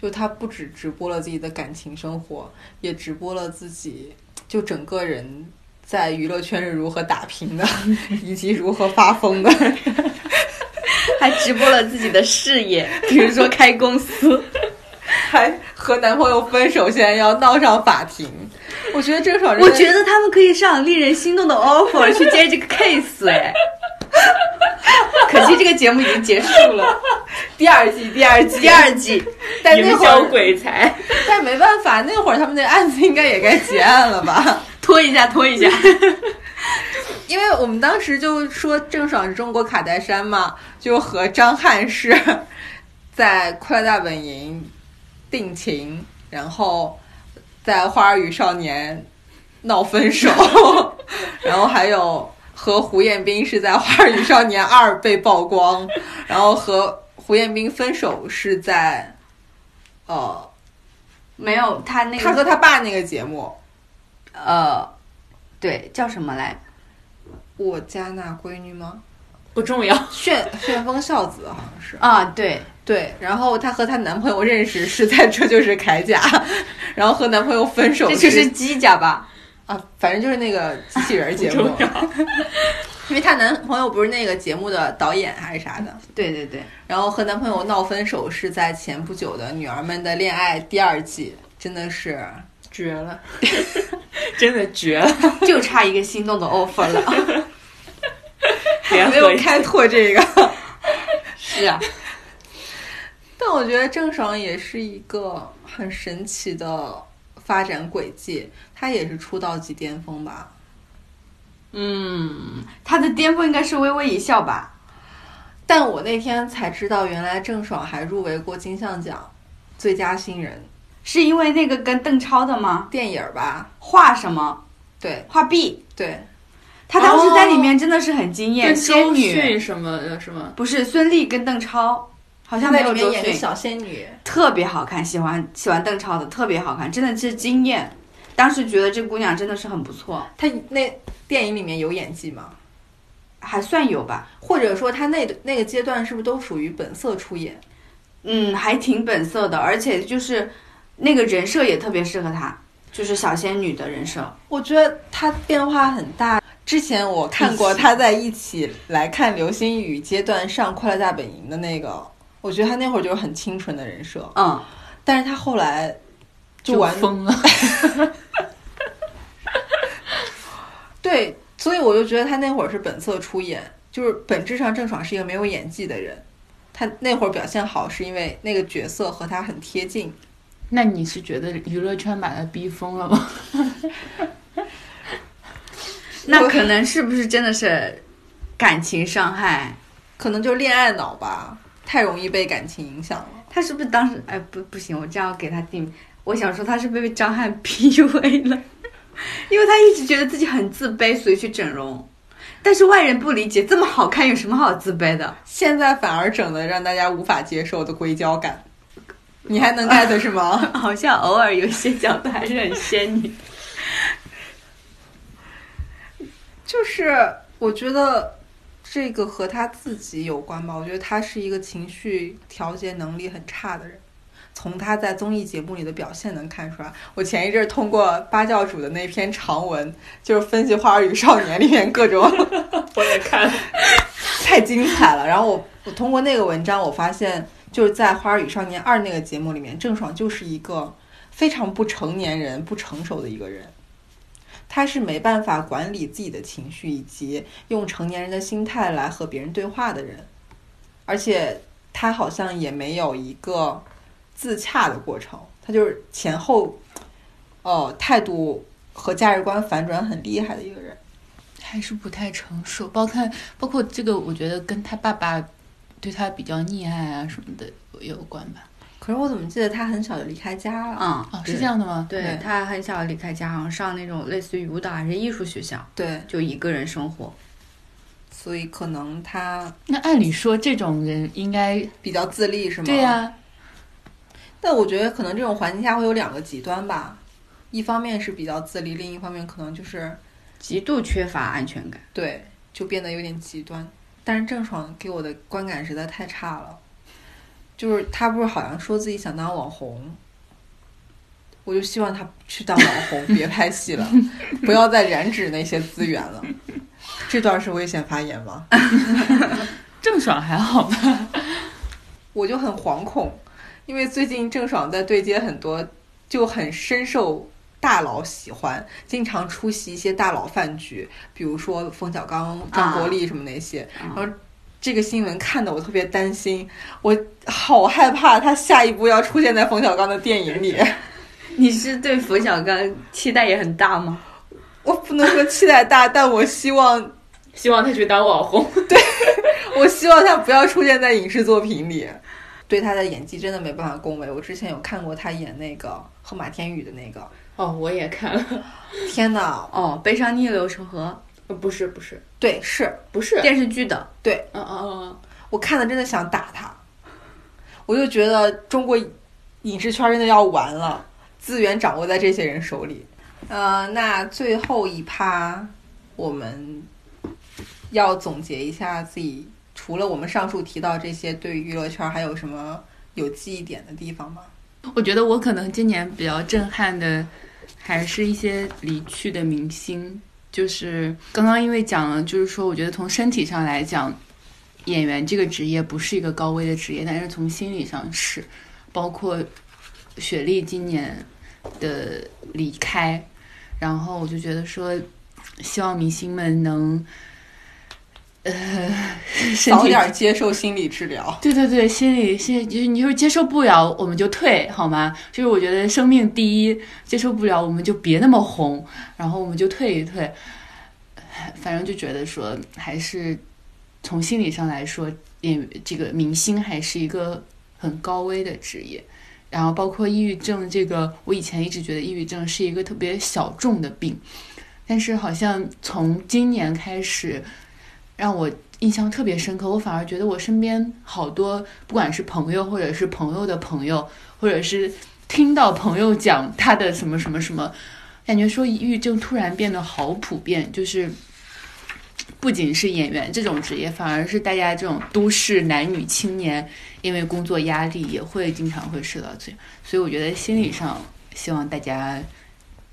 就她不只直播了自己的感情生活，也直播了自己就整个人在娱乐圈是如何打拼的， 以及如何发疯的。 还直播了自己的事业，比如说开公司。还和男朋友分手，现在要闹上法庭。我觉得郑爽，我觉得他们可以上令人心动的 offer 去接这个 case 哎。 可惜这个节目已经结束 了，第二季，第二季，第二季但那会儿，鬼才，但没办法，那会儿他们那案子应该也该结案了吧？拖一下，拖一下。因为我们当时就说郑爽是中国卡戴珊嘛，就和张翰是 在《快乐大本营》定情，然后在《花儿与少年》闹分手， 然后还有和胡彦斌是在《花儿与少年二》被曝光，然后和胡彦斌分手是在呃没有他那他个和他爸那个节目呃，对，叫什么来？ 《我家那闺女》吗？不重要。旋旋风孝子好像是。啊，对，对，然后她和她男朋友认识是在《这就是铠甲》， 然后和男朋友分手这是，就是机甲吧？啊，反正就是那个机器人节目不重， 因为她男朋友不是那个节目的导演还是啥的，对对 对，然后和男朋友闹分手是在前不久的《女儿们的恋爱》第二季，真的是绝了。真的绝了，就差一个心动的 offer 了。联没有开拓这个。 是啊，但我觉得郑爽也是一个很神奇的发展轨迹，她也是出道即巅峰吧。嗯，他的巅峰应该是微微一笑吧？但我那天才知道，原来郑爽还入围过金像奖最佳新人是因为那个跟邓超的吗？电影儿吧？画什么？对画壁。对，他当时在里面真的是很惊哦艳，跟仙周女迅什么的，是吗？不是孙俪跟邓超，好像没在有里面周演个迅，小仙女。特别好看，喜欢喜欢邓超的，特别好看，真的是惊艳。当时觉得这姑娘真的是很不错，她那电影里面有演技吗？还算有吧，或者说她那那个阶段是不是都属于本色出演？嗯，还挺本色的，而且就是那个人设也特别适合她，就是小仙女的人设。我觉得她变化很大。之前我看过她在一起来看流星雨阶段上《快乐大本营》的那个，我觉得她那会儿就是很清纯的人设，嗯，但是她后来就完疯了，对，所以我就觉得他那会儿是本色出演，就是本质上郑爽是一个没有演技的人。他那会儿表现好，是因为那个角色和他很贴近。那你是觉得娱乐圈把他逼疯了 吗？那可能是不是真的是感情伤害？可能就是恋爱脑吧，太容易被感情影响了。她是不是当时哎不不行，我这样给她定，我想说她是不是被张翰 PUA 了，因为她一直觉得自己很自卑，所以去整容。但是外人不理解，这么好看有什么好自卑的？现在反而整的让大家无法接受的硅胶感，你还能 get 是吗？ 好像偶尔有一些角度还是很仙女。就是我觉得这个和他自己有关吧。我觉得他是一个情绪调节能力很差的人，从他在综艺节目里的表现能看出来。我前一阵儿通过八教主的那篇长文，就是分析《花儿与少年》里面各 种 我也看了，精彩了。然后我我通过那个文章，我发现就是在《花儿与少年二》那个节目里面，郑爽就是一个非常不成年人、不成熟的一个人。他是没办法管理自己的情绪，以及用成年人的心态来和别人对话的人，而且他好像也没有一个自洽的过程，他就是前后，呃，态度和价值观反转很厉害的一个人。还是不太成熟，包括包括这个，我觉得跟他爸爸对他比较溺爱啊什么的也有关吧。可是我怎么记得他很小就离开家了？嗯，哦，对是这。样的吗？对对他很小离开家，好像上那种类似于舞蹈还是艺术学校，对，就一个人生活。所以可能他那按理说这种人应该比较自立，是吗？对呀、但我觉得可能这种环境下会有两个极端吧，一方面是比较自立，另一方面可能就是极度缺乏安全感，对，就变得有点极端。但是郑爽给我的观感实在太差了，就是她不是好像说自己想当网红，我就希望她去当网红， 别拍戏了，不要再染指那些资源了。这段是危险发言吗？郑爽还好吧？ 我就很惶恐，因为最近郑爽在对接很多就很深受大佬喜欢，经常出席一些大佬饭局，比如说冯小刚、张国立什么那些。啊然后这个新闻看得我特别担心，我好害怕他下一步要出现在冯小刚的电影里。 你是对冯小刚期待也很大吗？我不能说期待大，但我希望 希望他去当网红。 我希望他不要出现在影视作品里。对他的演技真的没办法恭维。我之前有看过他演那个《河马天宇》的那个，哦，我也看了，天呐，哦，悲伤逆流成河呃不是不是对，是不是，电视剧的，嗯嗯嗯，我看了真的想打他，我就觉得中国影视圈真的要完了，资源掌握在这些人手里。呃，那最后一趴，我们要总结一下自己，除了我们上述提到这些，对于娱乐圈还有什么有记忆点的地方吗？我觉得我可能今年比较震撼的，还是一些离去的明星。就是刚刚因为讲了，就是说，我觉得从身体上来讲，演员这个职业不是一个高危的职业，但是从心理上是，包括雪莉今年的离开，然后我就觉得说，希望明星们能，呃， 身早体点接受心理治疗。对对对，心里心里就是你就是接受不了，我们就退好吗？就是我觉得生命第一，接受不了我们就别那么红，然后我们就退一退。反正就觉得说，还是从心理上来说，演这个明星还是一个很高危的职业。然后包括抑郁症这个，我以前一直觉得抑郁症是一个特别小众的病，但是好像从今年开始，让我印象特别深刻。我反而觉得我身边好多，不管是朋友，或者是朋友的朋友，或者是听到朋友讲他的什么什么什么，感觉说抑郁症突然变得好普遍，就是。不仅是演员这种职业，反而是大家这种都市男女青年，因为工作压力也会经常会受到这，所以我觉得心理上希望大家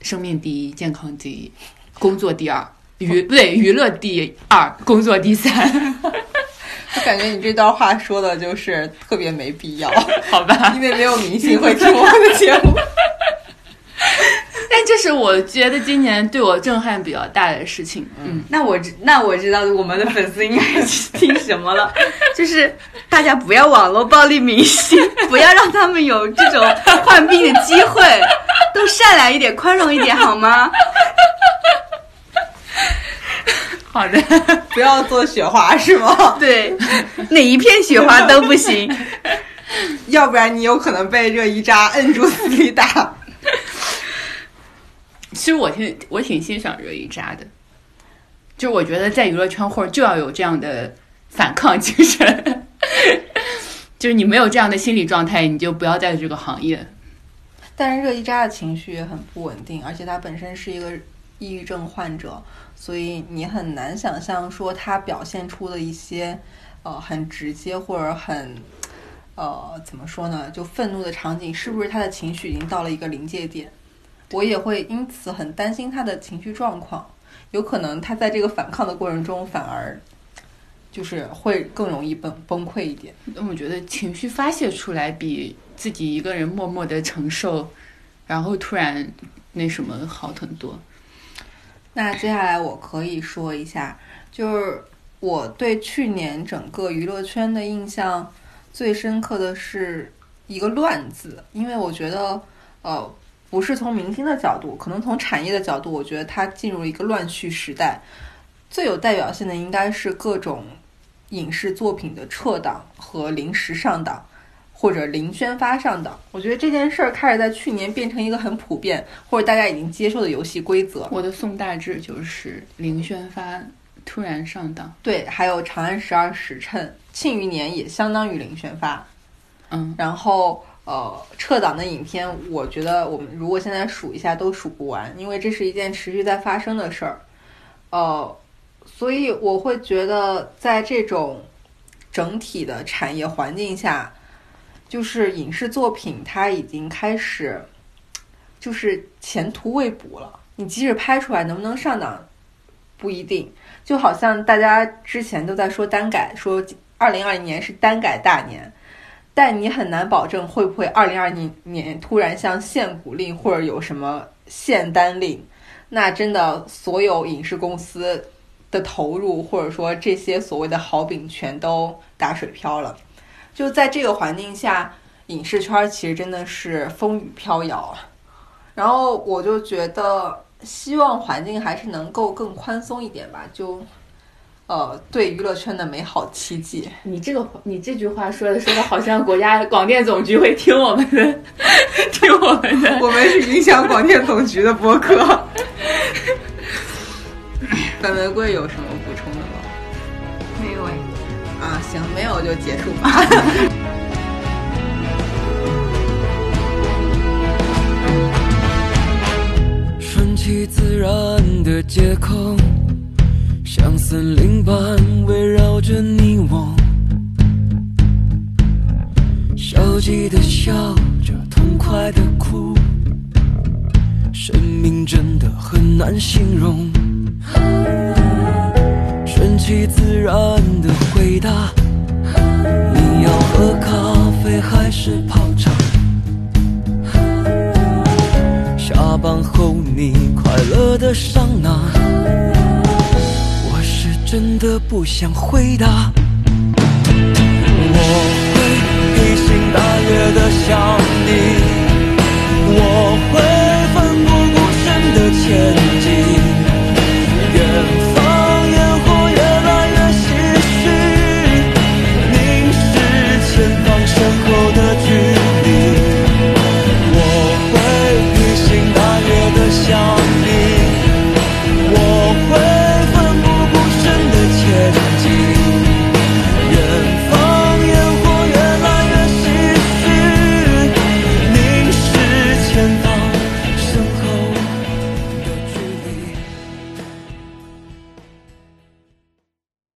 生命第一，健康第一，工作第二，娱不对娱乐第二，工作第三。我感觉你这段话说的就是特别没必 要，好吧，因为没有明星会听我们的节目。 但这是我觉得今年对我震撼比较大的事情。嗯，那我知那我知道我们的粉丝应该去听什么 了，就是大家不要网络暴力明 星，不要让他们有这种患病的机会， 都善良一点，宽容一点好吗？好的， 不要做雪花是吗？ 对，哪一片雪花都不行。要不然你有可能被热依扎摁住死里打。其实我挺我挺欣赏热依扎的，就是我觉得在娱乐圈或者就要有这样的反抗精神， 就是你没有这样的心理状态，你就不要在这个行业。但是热依扎的情绪也很不稳定，而且她本身是一个抑郁症患者，所以你很难想象说她表现出的一些呃很直接或者很呃怎么说呢，就愤怒的场景，是不是她的情绪已经到了一个临界点？我也会因此很担心她的情绪状况，有可能她在这个反抗的过程中反而就是会更容易崩崩溃一点。那我觉得情绪发泄出来比自己一个人默默的承受，然后突然那什么好很多。那接下来我可以说一下，就是我对去年整个娱乐圈的印象最深刻的是一个“乱”字，因为我觉得，呃，不是从明星的角度，可能从产业的角度，我觉得它进入了一个乱序时代。最有代表性的应该是各种影视作品的撤档和临时上档，或者零宣发上档。我觉得这件事儿开始在去年变成一个很普遍，或者大家已经接受的游戏规则。我的宋大志就是零宣发突然上档，对，还有《长安十二时辰》，《庆余年》也相当于零宣发。嗯，然后呃，撤档的影片，我觉得我们如果现在数一下都数不完，因为这是一件持续在发生的事儿。呃，所以我会觉得，在这种整体的产业环境下，就是影视作品它已经开始，就是前途未卜了。你即使拍出来，能不能上档不一定。就好像大家之前都在说单改，说二零二零年是单改大年，但你很难保证会不会二零二零年突然像限股令或者有什么限单令，那真的所有影视公司的投入或者说这些所谓的好饼全都打水漂了。就在这个环境下，影视圈其实真的是风雨飘摇啊。然后我就觉得，希望环境还是能够更宽松一点吧。就，呃，对娱乐圈的美好期冀。你这个你这句话说的说的好像国家广电总局会听我们的， 听我们的。我们是影响广电总局的播 客。本玫瑰有什么补充的吗？没有哎。啊，行，没有就结束吧。顺其自然的借口，像森林般围绕着你我，消极的笑着，痛快的哭，生命真的很难形容。顺其自然的回答，你要喝咖啡还是泡茶？下班后你快乐的上哪？我是真的不想回答。我会披星戴月的想你，我会奋不顾身的牵